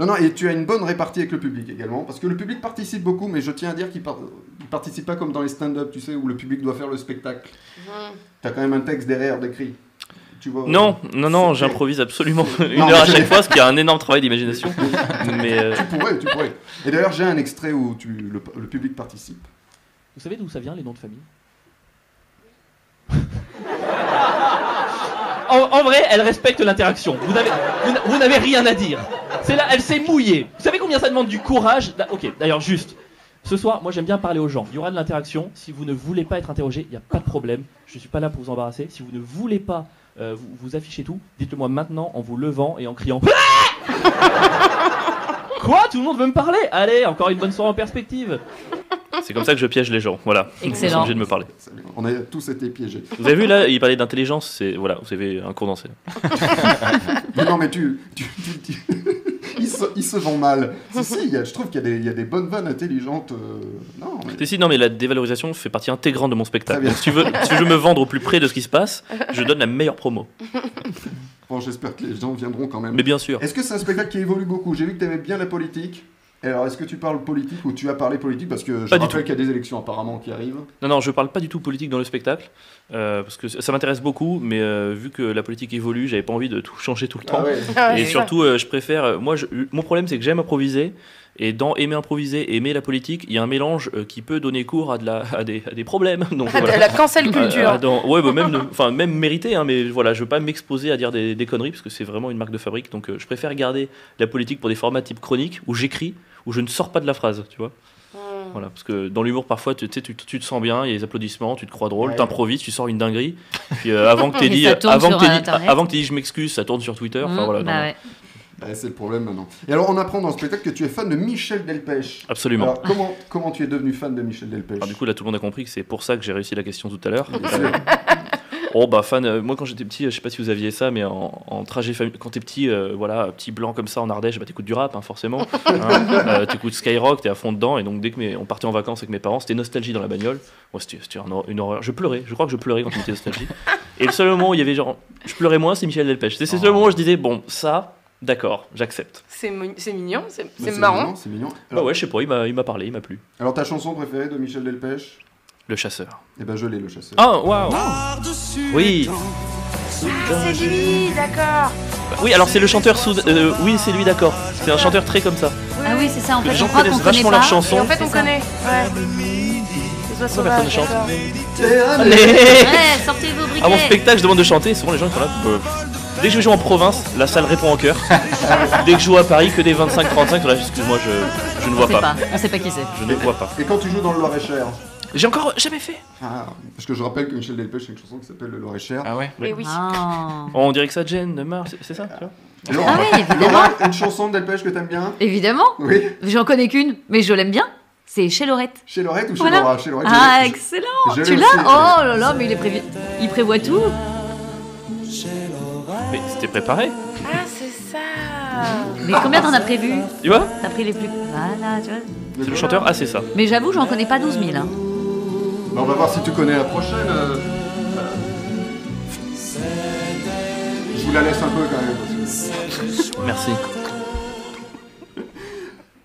S2: Non, non, et tu as une bonne répartie avec le public également, parce que le public participe beaucoup, mais je tiens à dire qu'il par- il participe pas comme dans les stand-up, tu sais, où le public doit faire le spectacle. T'as quand même un texte derrière, des cris. Tu vois
S5: Non, non, non,
S2: c'est-
S5: j'improvise absolument une
S2: Non,
S5: heure à
S2: mais-
S5: chaque fois, ce qui est un énorme travail d'imagination. Mais. euh,
S2: Tu pourrais, tu pourrais. Et d'ailleurs, j'ai un extrait où tu, le, le public participe.
S9: Vous savez d'où ça vient les noms de famille en, en vrai, elle respecte l'interaction. Vous n'avez- vous n'a- vous n'avez rien à dire. C'est là, elle s'est mouillée. Vous savez combien ça demande du courage d'a- Ok, d'ailleurs, juste. Ce soir, moi j'aime bien parler aux gens. Il y aura de l'interaction. Si vous ne voulez pas être interrogé, il n'y a pas de problème. Je ne suis pas là pour vous embarrasser. Si vous ne voulez pas euh, vous, vous afficher tout, dites-le-moi maintenant en vous levant et en criant. Ah Quoi Tout le monde veut me parler Allez, encore une bonne soirée en perspective.
S5: c'est comme ça que je piège les gens. Voilà. Ils sont
S6: Excellent.
S5: obligés de me parler.
S2: On a tous été piégés.
S5: Vous avez vu là, il parlait d'intelligence. C'est. Voilà, vous avez un condensé.
S2: Mais non, mais tu. tu, tu- tu- ils, se, ils se vendent mal. Si, si, il y a- je trouve qu'il y, a des- il y a des bonnes vannes intelligentes. euh, Non, mais.
S5: Si, si, non, mais la dévalorisation fait partie intégrante de mon spectacle.
S2: Très bien.
S5: Donc, si, tu veux, si je veux me vendre au plus près de ce qui se passe, je donne la meilleure promo.
S2: Bon, j'espère que les gens viendront quand même.
S5: Mais bien sûr.
S2: Est-ce que c'est un spectacle qui évolue beaucoup J'ai vu que tu aimais bien la politique. Et Alors, est-ce que tu parles politique ou tu as parlé politique Parce que je
S5: Pas du
S2: rappelle qu'il y a des élections apparemment qui arrivent.
S5: Non, non, je parle pas du tout politique dans le spectacle, euh, parce que ça ça m'intéresse beaucoup, mais euh, vu que la politique évolue, j'avais pas envie de tout changer tout le temps.
S2: Ah ouais.
S5: Et surtout, euh, je préfère. euh, Moi, je- mon problème, c'est que j'aime improviser, et dans aimer improviser et aimer la politique, il y a un mélange euh, qui peut donner cours à, de la, à, des, à des problèmes. Donc,
S3: Ah,
S5: voilà.
S3: La cancel
S5: Ah, ah,
S3: culture.
S5: dans- ouais, bah, même, ne- enfin même mérité, hein, mais voilà, je veux pas m'exposer à dire des, des conneries parce que c'est vraiment une marque de fabrique. Donc, euh, je préfère garder la politique pour des formats type chronique où j'écris, où je ne sors pas de la phrase, tu vois.
S3: Hmm.
S5: Voilà, parce que dans l'humour, parfois, tu, tu sais, tu, tu te sens bien, il y a les applaudissements, tu te crois drôle, t'improvises, tu sors une dinguerie. Puis euh, avant que t'aies
S6: Et
S5: dit,
S6: ça tourne
S5: avant
S6: sur,
S5: que t'aies
S6: euh,
S5: dit-
S6: Internet.
S5: avant que t'aies dit, je m'excuse, ça tourne sur Twitter. Enfin
S6: Mmh,
S5: voilà, non,
S6: bah
S5: non.
S6: ouais.
S2: Ouais, Eh, c'est le problème maintenant. Et alors, on apprend dans le spectacle que tu es fan de Michel Delpech.
S5: absolument.
S2: Alors, comment, comment tu es devenu fan de Michel Delpech
S5: Alors, du coup, là, tout le monde a compris que c'est pour ça que j'ai réussi la question tout à l'heure.
S2: C'est-
S5: Oh bah fan, euh, moi quand j'étais petit, euh, je sais pas si vous aviez ça, mais en, en trajet familial, quand t'es petit, euh, voilà, petit blanc comme ça en Ardèche, bah t'écoutes du rap hein, forcément, hein. Euh, t'écoutes Skyrock, t'es à fond dedans, et donc dès que mes- on partait en vacances avec mes parents, c'était nostalgie dans la bagnole, Moi, c'était c'était un hor- une horreur, je pleurais, je crois que je pleurais quand j'étais nostalgie, et le seul moment où il y avait genre, je pleurais moins, c'est Michel Delpech, c'est c'est le seul moment où je disais, bon ça, d'accord, j'accepte.
S3: C'est mo- c'est mignon, c'est
S2: Bah,
S3: c'est marrant.
S2: mignon, C'est mignon.
S5: Bah
S2: Alors,
S5: ouais, je sais pas, il m'a il m'a parlé, il m'a plu.
S2: alors, ta chanson préférée de Michel Delpech
S5: Le chasseur.
S2: Eh ben, je l'ai, le chasseur.
S5: Ah waouh Oui
S3: C'est lui, d'accord.
S5: Oui, alors c'est le chanteur sous... euh, oui, c'est lui, d'accord. C'est un chanteur très comme ça.
S6: Ah oui, c'est ça, en
S5: Les
S6: fait, on
S5: gens
S6: croit qu'on
S5: connaissent
S6: connaît
S5: vachement
S6: pas.
S5: leurs
S3: Et
S5: chansons.
S3: en fait,
S6: C'est
S3: on
S6: ça.
S3: connaît. Ouais. Les oies
S5: personne ne
S3: sauvages,
S5: chante.
S3: d'accord.
S5: Allez
S6: Ouais, sortez vos briquets.
S5: Avant Ah, spectacle, je demande de chanter. Souvent, les gens ils sont là. euh, Dès que je joue en province, la salle répond en chœur. Dès que je joue à Paris, que des 25-35, ils sont là, excuse-moi, je, je ne
S6: on
S5: vois
S6: sait pas.
S5: pas.
S6: on sait pas qui c'est.
S5: Je ne vois pas.
S2: Et quand tu joues dans le Loir-et-Cher
S5: J'ai encore jamais fait.
S2: Ah, Parce que je rappelle que Michel Delpech a une chanson qui s'appelle Le Loir-et-cher.
S4: Ah ouais
S3: Et oui.
S6: Ah.
S5: On dirait que ça te gêne, de marre, c'est- c'est ça tu vois
S2: Laura,
S6: Ah oui, évidemment.
S2: Laura, une chanson de Delpech que t'aimes bien
S6: Évidemment.
S2: bah. Oui
S6: J'en connais qu'une, mais je l'aime bien. C'est chez Laurette.
S2: Chez Laurette ou chez
S6: Voilà.
S2: Laura Chez Laurette. je
S6: Ah,
S2: l'ai- je-
S6: excellent.
S2: je l'ai
S6: Tu l'as
S2: aussi, je l'ai.
S6: Oh là là, mais il est prévu. Il prévoit tout.
S5: Mais c'était préparé,
S3: Ah, c'est ça.
S6: Mais combien t'en as prévu
S5: tu vois
S6: T'as pris les plus. Voilà, tu vois.
S5: C'est le chanteur, ah, c'est ça.
S6: Mais j'avoue, j'en connais pas 12 000. hein.
S2: Bah, on va voir si tu connais la prochaine. euh, euh. Je vous la laisse un peu quand même. parce que-
S5: Merci.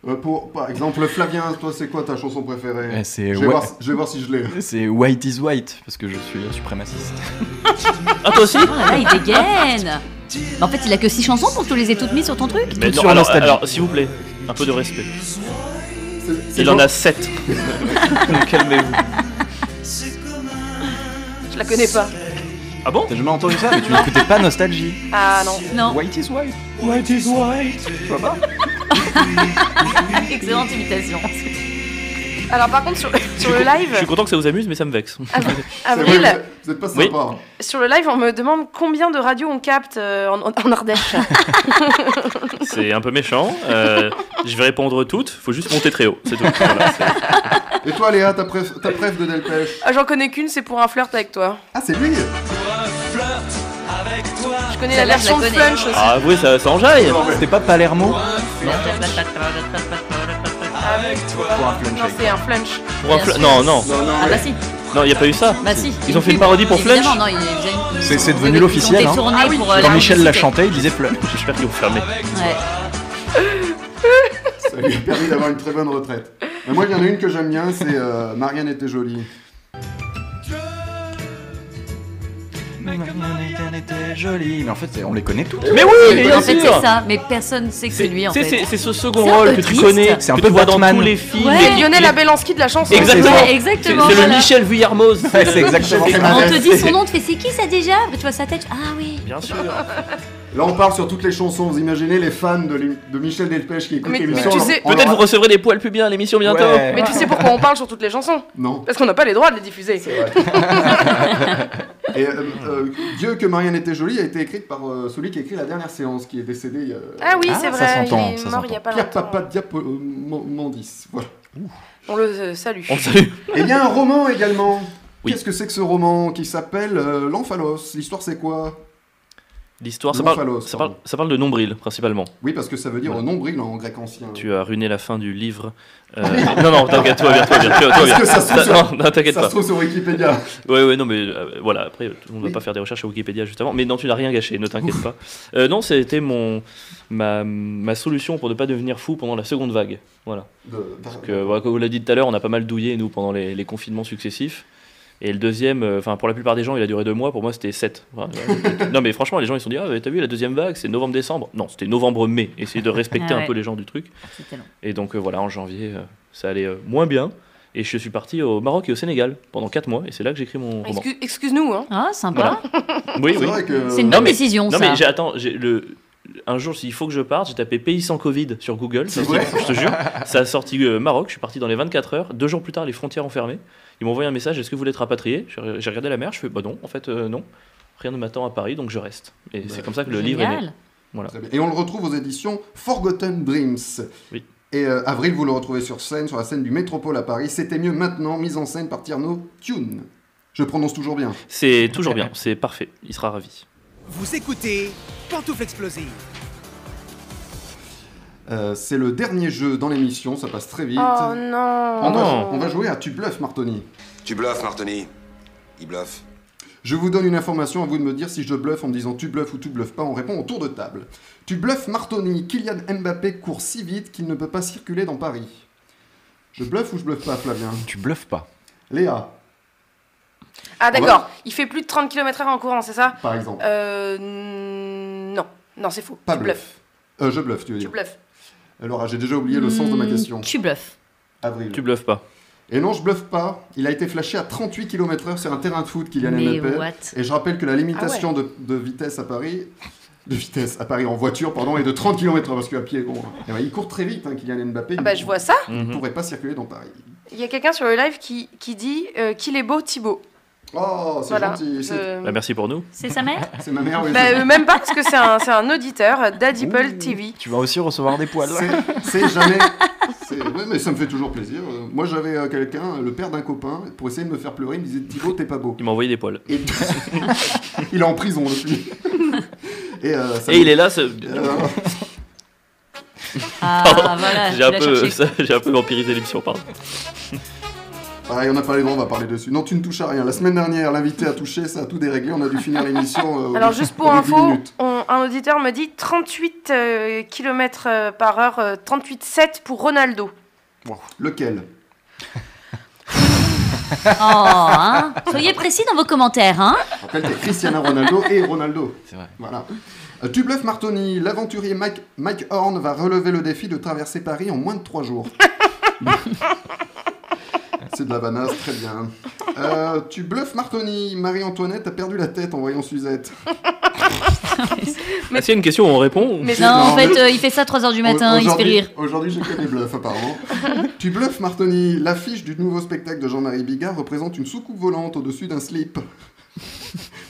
S2: Euh, pour, par exemple, Flavien, toi, c'est quoi ta chanson préférée
S4: Eh, C'est
S2: je vais,
S4: Wha-
S2: voir, si- je vais voir si je l'ai.
S4: c'est White is White, parce que je suis un suprémaciste.
S5: Ah, toi aussi
S6: Oh là là, il dégaine. Mais en fait, il a que 6 chansons pour que tu les aies toutes mises sur ton truc.
S5: Mais
S4: Tout
S5: non,
S4: sur
S5: alors,
S4: Nostalgie.
S5: alors, s'il vous plaît, un peu de respect.
S2: C'est- c'est
S5: Il en
S2: Jean-
S5: a 7. Donc calmez-vous.
S3: Je la connais pas.
S5: Ah bon
S4: T'as jamais entendu ça Mais tu n'écoutais pas Nostalgie.
S3: Ah non.
S6: Non,
S4: White is White.
S6: excellente imitation.
S3: Alors par contre sur, sur le
S5: Je suis
S3: live,
S5: content que ça vous amuse, mais ça me vexe.
S2: c'est vrai, vous
S3: avril,
S2: êtes- vous êtes pas
S5: Oui.
S2: sympa.
S3: sur le live, on me demande combien de radios on capte euh, en, en Ardèche.
S5: C'est un peu méchant. euh, je vais répondre toutes. Faut juste monter très haut. C'est tout. Voilà, c'est-
S2: hein. Et toi, Léa, ta préf, ta préf de Delpech
S3: Ah, J'en connais qu'une, c'est pour un flirt avec toi.
S2: Ah, c'est lui
S3: Je connais la
S6: Celle-là,
S3: version
S6: je la
S3: de
S6: connais.
S3: Flunch aussi.
S5: Ah oui, ça, ça enjaille.
S4: C'était pas Palermo
S5: Ah,
S2: Ah.
S3: Ah, Non, c'est un Flunch.
S5: Pour un
S6: Bien
S5: fl-
S6: sûr.
S5: Non, non,
S2: Non, non,
S6: Ah
S2: mais-
S6: bah si,
S5: non, il n'y a pas eu ça.
S6: bah si.
S5: Ils ont fait une parodie pour Flunch
S6: Évidemment, non, il est déjà une-
S4: C'est- c'est
S6: ils ont-
S4: devenu
S6: ils ont
S4: l'officiel, hein.
S6: détourné
S3: Ah oui.
S6: pour, euh,
S4: Quand
S6: la
S4: Michel l'a
S6: publicité.
S4: chanté, il disait Fleur.
S5: J'espère qu'ils vont fermer.
S6: Ouais.
S2: Ça lui a permis d'avoir une très bonne retraite. Mais moi, il y en a une que j'aime bien, c'est euh, Marianne était jolie.
S4: Mais en fait, c'est- on les connaît tous.
S5: Mais oui, mais
S6: Et
S5: bien
S6: en fait,
S5: sûr.
S6: c'est ça, mais personne sait que c'est lui en
S5: C'est- c'est-
S6: fait.
S5: c'est ce second
S6: C'est un
S5: rôle
S6: peu
S5: que tu
S6: triste.
S5: connais,
S4: C'est un
S5: que
S4: peu
S5: tu vois dans
S4: Batman.
S5: tous les films.
S6: Ouais.
S5: les-
S3: C'est Lionel
S5: les-
S3: Abelansky de la chanson.
S5: Exactement.
S6: Ouais,
S5: C'est
S6: exactement.
S5: c'est le
S6: voilà.
S5: Michel Vuillermoz.
S4: Ouais, c'est exactement
S2: Michel
S4: ça.
S6: On
S2: Delpech.
S6: te dit son nom, tu fais c'est qui ça déjà Après tu vois sa tête, tu- ah oui.
S5: Bien sûr.
S2: Là, on parle sur toutes les chansons. Vous imaginez les fans de, l'im- de Michel Delpech qui écoutent
S3: Mais-
S2: l'émission.
S3: mais tu
S2: on-
S3: sais-
S2: on
S5: Peut-être
S2: leur-
S5: vous recevrez des poils pubiens à l'émission bientôt.
S4: Ouais.
S3: Mais tu sais pourquoi on parle sur toutes les chansons
S2: Non.
S3: Parce qu'on n'a pas les droits de les diffuser.
S2: Et euh, euh, Dieu que Marianne était jolie a été écrite par euh, celui qui a écrit la dernière séance, qui est décédé. il y a-
S3: Ah oui,
S4: Ah,
S3: c'est
S4: ça
S3: vrai,
S4: s'entend,
S3: il
S4: ça
S3: est mort
S4: s'entend.
S3: il n'y a pas
S2: Pierre
S3: longtemps.
S2: Papa Diapo- euh, Mo- Mondis. Voilà.
S3: On le euh, salue.
S5: On le salue.
S2: Et il y a un roman également.
S5: Oui.
S2: Qu'est-ce que c'est que ce roman qui s'appelle euh, L'Amphalos L'histoire c'est quoi
S5: L'histoire, ça
S2: Non,
S5: parle,
S2: Fallos,
S5: ça, parle,
S2: pardon.
S5: ça parle de nombril principalement.
S2: Oui, parce que ça veut dire
S5: Voilà.
S2: nombril en grec ancien.
S5: Tu as ruiné la fin du livre. Euh,
S6: Ah
S5: non, non, t'inquiète, toi, bien, toi, bien. Toi,
S2: Parce
S5: bien.
S2: que ça se trouve sur-
S5: non, non, t'inquiète
S2: Ça
S5: pas.
S2: se trouve sur Wikipédia.
S5: Ouais, ouais, non, mais euh, voilà, après, on ne doit
S2: Oui.
S5: pas faire des recherches à Wikipédia juste avant. Mais non, tu n'as rien gâché, ne t'inquiète pas. Euh, non, c'était mon, ma, ma solution pour ne pas devenir fou pendant la seconde vague. Voilà.
S2: De-
S5: Parce que, euh, voilà, comme vous l'avez dit tout à l'heure, on a pas mal douillé, nous, pendant les, les confinements successifs. Et le deuxième, euh, enfin, pour la plupart des gens, il a duré deux mois, pour moi, c'était sept. Enfin, euh, non, mais franchement, les gens, ils se sont dit, ah, t'as vu, la deuxième vague, c'est novembre-décembre. Non, c'était novembre-mai. Essayez de respecter
S6: Ah
S5: un
S6: ouais.
S5: peu les gens du truc.
S6: C'était long.
S5: Et donc euh, voilà, en janvier, euh, ça allait euh, moins bien. Et je suis parti au Maroc et au Sénégal pendant 4 mois. Et c'est là que j'ai écrit mon roman.
S3: Excuse- Excuse-nous, hein.
S6: Ah, sympa.
S5: Oui,
S2: C'est
S5: oui.
S2: vrai que.
S6: C'est une
S5: Non,
S6: bonne
S5: mais-
S6: décision
S5: Non
S6: ça.
S5: mais j'ai- attends, j'ai le... un jour, s'il faut que je parte, j'ai tapé pays sans Covid sur Google. Ça,
S2: C'est
S5: c'est-
S2: vrai
S5: je te jure. Ça a sorti euh, Maroc. Je suis parti dans les 24 heures. Deux jours plus tard, les frontières ont fermé. Ils m'ont envoyé un message Est-ce que vous voulez être rapatrié Je- J'ai regardé la mer. Je fais Bah non, en fait, euh, non. Rien ne m'attend à Paris, donc je reste. Et
S2: Bah,
S5: c'est comme ça que le livre est né.
S6: Génial.
S2: Très bien. Et on le retrouve aux éditions Forgotten Dreams.
S5: Oui.
S2: Et euh, avril, vous le retrouvez sur scène, sur la scène du Métropole à Paris. C'était mieux maintenant, mise en scène par Tierno Tune. Je prononce toujours bien.
S5: C'est toujours bien. C'est parfait. Il sera ravi.
S1: Vous écoutez Pantoufle Explosive.
S2: Euh, c'est le dernier jeu dans l'émission, ça passe très vite.
S3: Oh
S2: on,
S3: non.
S2: va,
S5: non.
S2: on va jouer à Tu bluffes, Martoni.
S10: Tu bluffes, Martoni. Il bluffe.
S2: Je vous donne une information, à vous de me dire si je bluffe en me disant tu bluffes ou tu bluffes pas, on répond au tour de table. Tu bluffes Martoni, Kylian Mbappé court si vite qu'il ne peut pas circuler dans Paris. Je bluffe ou je bluffe pas, Flavien
S4: Tu bluffes pas.
S2: Léa,
S3: Ah d'accord, il fait plus de 30 km/h en courant, c'est ça
S2: par exemple.
S3: Euh. Non. Non, c'est faux.
S2: pas
S3: tu
S2: bluff.
S3: bluffes.
S2: Euh, je bluffe, tu veux
S3: Tu
S2: dire.
S3: bluffes.
S2: Alors, ah, j'ai déjà oublié le sens de ma
S6: Hmm,
S2: question.
S6: Tu bluffes.
S2: Avril.
S5: Tu bluffes pas.
S2: Et non, je bluffe pas. Il a été flashé à 38 km/h sur un terrain de foot, Kylian
S6: Mais
S2: Mbappé.
S6: what
S2: Et je rappelle que la limitation
S3: Ah
S2: de, de vitesse à Paris, de vitesse à Paris en voiture, pardon, est de 30 km/h parce qu'à pied, bon, eh ben, il court très vite, hein, Kylian Mbappé.
S3: Ah bah
S2: il
S3: je vois ça.
S2: ne
S5: Mhm.
S2: pourrait pas circuler dans Paris.
S3: Il y a quelqu'un sur le live qui, qui dit euh, qu'il est beau Thibaut.
S2: Oh, c'est
S3: Voilà.
S2: gentil. C'est
S3: Je-
S5: Bah, merci pour nous.
S6: C'est sa mère
S2: c'est ma mère. oui.
S3: Bah, euh, même pas parce que c'est un, c'est un auditeur, euh,
S2: Ouh.
S3: d'Adipple TV.
S4: Tu vas aussi recevoir des poils.
S2: C'est- C'est jamais. c'est- ouais, mais ça me fait toujours plaisir. Euh, Moi, j'avais euh, quelqu'un, le père d'un copain, pour essayer de me faire pleurer, il me disait Thibaut, t'es pas beau.
S5: Il m'a envoyé des poils.
S2: Et- il est en prison depuis. Et, euh, ça
S5: Et
S2: me-
S5: il est là. ce-
S2: Euh,
S6: Ah voilà, tu
S5: J'ai un,
S6: l'as
S5: peu,
S6: cherché.
S5: j'ai un peu vampirisé l'émission, pardon.
S2: pareil, on n'a pas les droits, on va parler dessus. Non, tu ne touches à rien. La semaine dernière, l'invité a touché, ça a tout déréglé. On a dû finir l'émission. euh,
S3: Alors
S2: au-
S3: juste
S2: au
S3: pour
S2: bout de dix
S3: info,
S2: minutes.
S3: on- un auditeur me dit 38 km euh, par heure, 38,7 pour Ronaldo.
S2: Lequel
S6: Oh, hein Soyez précis dans vos commentaires, hein
S2: Je rappelle que Cristiano Ronaldo et Ronaldo.
S4: C'est vrai.
S2: Voilà. Euh, Tu bluffes Martoni, l'aventurier Mike, Mike Horn va relever le défi de traverser Paris en moins de 3 jours. C'est de la banasse, très bien. Euh, tu bluffes Martoni, Marie-Antoinette a perdu la tête en voyant Suzette.
S5: Ah, S'il y a une question, on répond.
S3: Mais
S6: Non,
S2: Non,
S6: en fait,
S2: mais-
S6: euh, il fait ça 3h du matin, il se fait
S2: Aujourd'hui-
S6: rire.
S2: Aujourd'hui, j'ai que des bluffs, apparemment. tu bluffes, Martoni. L'affiche du nouveau spectacle de Jean-Marie Bigard représente une soucoupe volante au-dessus d'un slip.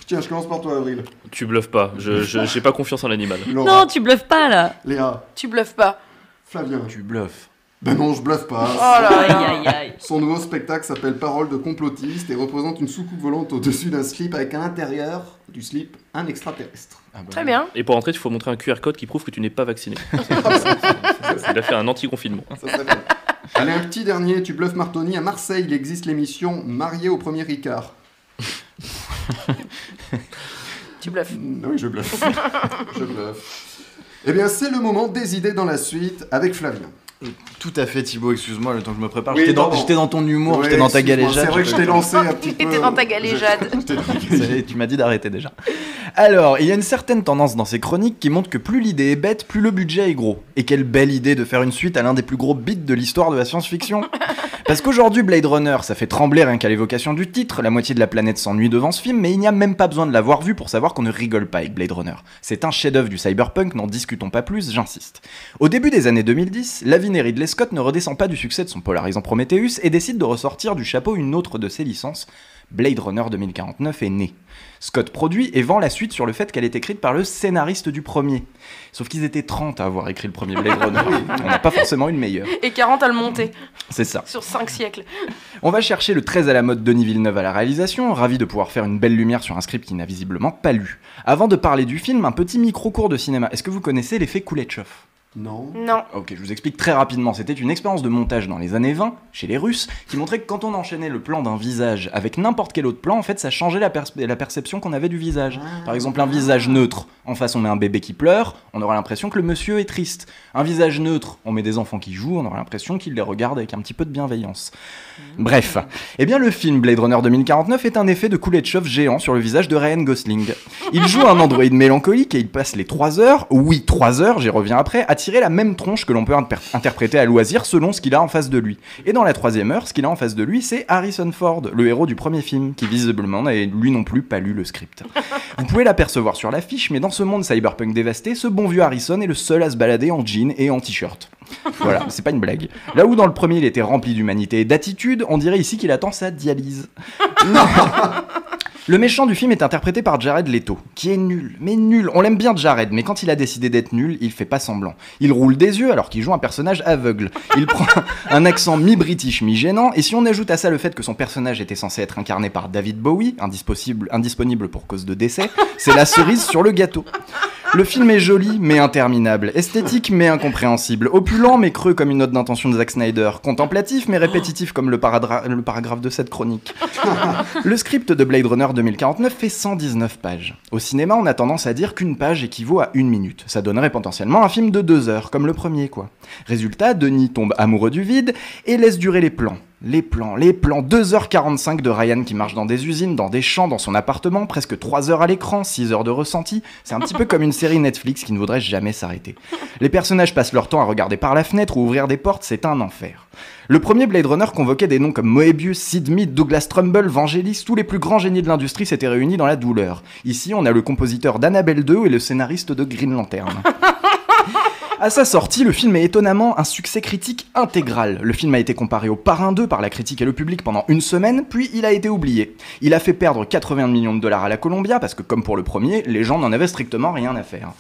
S2: Tiens, je commence par toi, Avril.
S5: Tu bluffes pas. Je je- j'ai pas confiance en l'animal.
S2: Laura,
S6: Non, tu bluffes pas là
S2: Léa,
S3: tu bluffes pas.
S2: Flavien.
S4: Tu bluffes.
S2: Ben non, je bluffe
S3: Oh
S2: pas.
S3: là
S6: Aïe
S3: là.
S6: aïe aïe.
S2: Son nouveau spectacle s'appelle Paroles de complotiste et représente une soucoupe volante au-dessus d'un slip avec à l'intérieur du slip un extraterrestre.
S4: Ah bah
S3: Très
S4: oui.
S3: bien.
S5: Et pour entrer, il faut montrer un QR code qui prouve que tu n'es pas vacciné. Il a fait un anti-confinement.
S2: Ça s'appelle. Allez, un petit dernier, tu bluffes Martoni. À Marseille, il existe l'émission Marié au premier Ricard.
S3: Tu bluffes.
S2: Mm, Oui, je bluffe. je bluffe. Eh bien, c'est le moment des idées dans la suite avec Flavien.
S4: Tout à fait, Thibaut, excuse-moi, le temps que je me prépare.
S2: Oui,
S4: j'étais, dans,
S2: pardon.
S4: j'étais dans ton humour,
S2: Ouais,
S4: j'étais dans ta
S2: excuse-moi,
S4: galéjade.
S2: C'est vrai que
S4: tu
S2: je
S4: peux-
S2: t'ai lancé un petit peu.
S3: T'étais dans ta galéjade.
S2: Je- je t'ai-
S4: Ça y est, tu m'as dit d'arrêter déjà. Alors, il y a une certaine tendance dans ces chroniques qui montre que plus l'idée est bête, plus le budget est gros. Et quelle belle idée de faire une suite à l'un des plus gros beats de l'histoire de la science-fiction. Parce qu'aujourd'hui, Blade Runner, ça fait trembler rien qu'à l'évocation du titre, la moitié de la planète s'ennuie devant ce film, mais il n'y a même pas besoin de l'avoir vu pour savoir qu'on ne rigole pas avec Blade Runner. C'est un chef-d'œuvre du cyberpunk, n'en discutons pas plus, j'insiste. Au début des années 2010, Lavigne et Ridley Scott ne redescend pas du succès de son polarisant Prometheus et décide de ressortir du chapeau une autre de ses licences, Blade Runner 2049 est née. Scott produit et vend la suite sur le fait qu'elle est écrite par le scénariste du premier. Sauf qu'ils étaient 30 à avoir écrit le premier Blade Runner. On n'a pas forcément une meilleure.
S3: Et 40 à le monter
S4: C'est ça.
S3: sur 5 siècles.
S4: On va chercher le 13 à la mode Denis Villeneuve à la réalisation, ravi de pouvoir faire une belle lumière sur un script qu'il n'a visiblement pas lu. Avant de parler du film, un petit micro-cours de cinéma. Est-ce que vous connaissez l'effet Kuleshov
S2: Non.
S3: Non.
S4: Ok, je vous explique très rapidement. C'était une expérience de montage dans les années 20, chez les Russes, qui montrait que quand on enchaînait le plan d'un visage avec n'importe quel autre plan, en fait, ça changeait la, pers- la perception qu'on avait du visage. Par exemple, un visage neutre, en face on met un bébé qui pleure, on aura l'impression que le monsieur est triste. Un visage neutre, on met des enfants qui jouent, on aura l'impression qu'il les regarde avec un petit peu de bienveillance. Bref. Eh bien, le film Blade Runner 2049 est un effet de coulet de chauffe géant sur le visage de Ryan Gosling. Il joue un androïde mélancolique et il passe les 3 heures, oui 3 heures, j'y reviens après, à tirer la même tronche que l'on peut interpr- interpréter à loisir selon ce qu'il a en face de lui. Et dans la troisième heure, ce qu'il a en face de lui, c'est Harrison Ford, le héros du premier film, qui visiblement n'avait lui non plus pas lu le script. Vous pouvez l'apercevoir sur l'affiche, mais dans ce monde cyberpunk dévasté, ce bon vieux Harrison est le seul à se balader en jean et en t-shirt. Voilà, c'est pas une blague. Là où dans le premier il était rempli d'humanité et d'attitude, on dirait ici qu'il attend sa dialyse. Le méchant du film est interprété par Jared Leto, qui est nul, mais nul. On l'aime bien Jared, mais quand il a décidé d'être nul, il fait pas semblant. Il roule des yeux alors qu'il joue un personnage aveugle. Il prend un accent mi-british, mi-gênant, et si on ajoute à ça le fait que son personnage était censé être incarné par David Bowie, indispossible- indisponible pour cause de décès, c'est la cerise sur le gâteau. Le film est joli mais interminable, esthétique mais incompréhensible, opulent mais creux comme une note d'intention de Zack Snyder, contemplatif mais répétitif comme le, paradra- le paragraphe de cette chronique. Le script de Blade Runner 2049 fait 119 pages. Au cinéma, on a tendance à dire qu'une page équivaut à une minute. Ça donnerait potentiellement un film de deux heures, comme le premier quoi. Résultat, Denis tombe amoureux du vide et laisse durer les plans. Les plans, les plans, 2h45 de Ryan qui marche dans des usines, dans des champs, dans son appartement, presque 3 heures à l'écran, 6 heures de ressenti, c'est un petit peu comme une série Netflix qui ne voudrait jamais s'arrêter. Les personnages passent leur temps à regarder par la fenêtre ou ouvrir des portes, c'est un enfer. Le premier Blade Runner convoquait des noms comme Moebius, Sid Mead, Douglas Trumbull, Vangelis, tous les plus grands génies de l'industrie s'étaient réunis dans la douleur. Ici, on a le compositeur d'Annabelle 2 et le scénariste de Green Lantern. À sa sortie, le film est étonnamment un succès critique intégral. Le film a été comparé au Parrain 2 par la critique et le public pendant une semaine, puis il a été oublié. Il a fait perdre 80 millions de dollars à la Columbia parce que, comme pour le premier, les gens n'en avaient strictement rien à faire.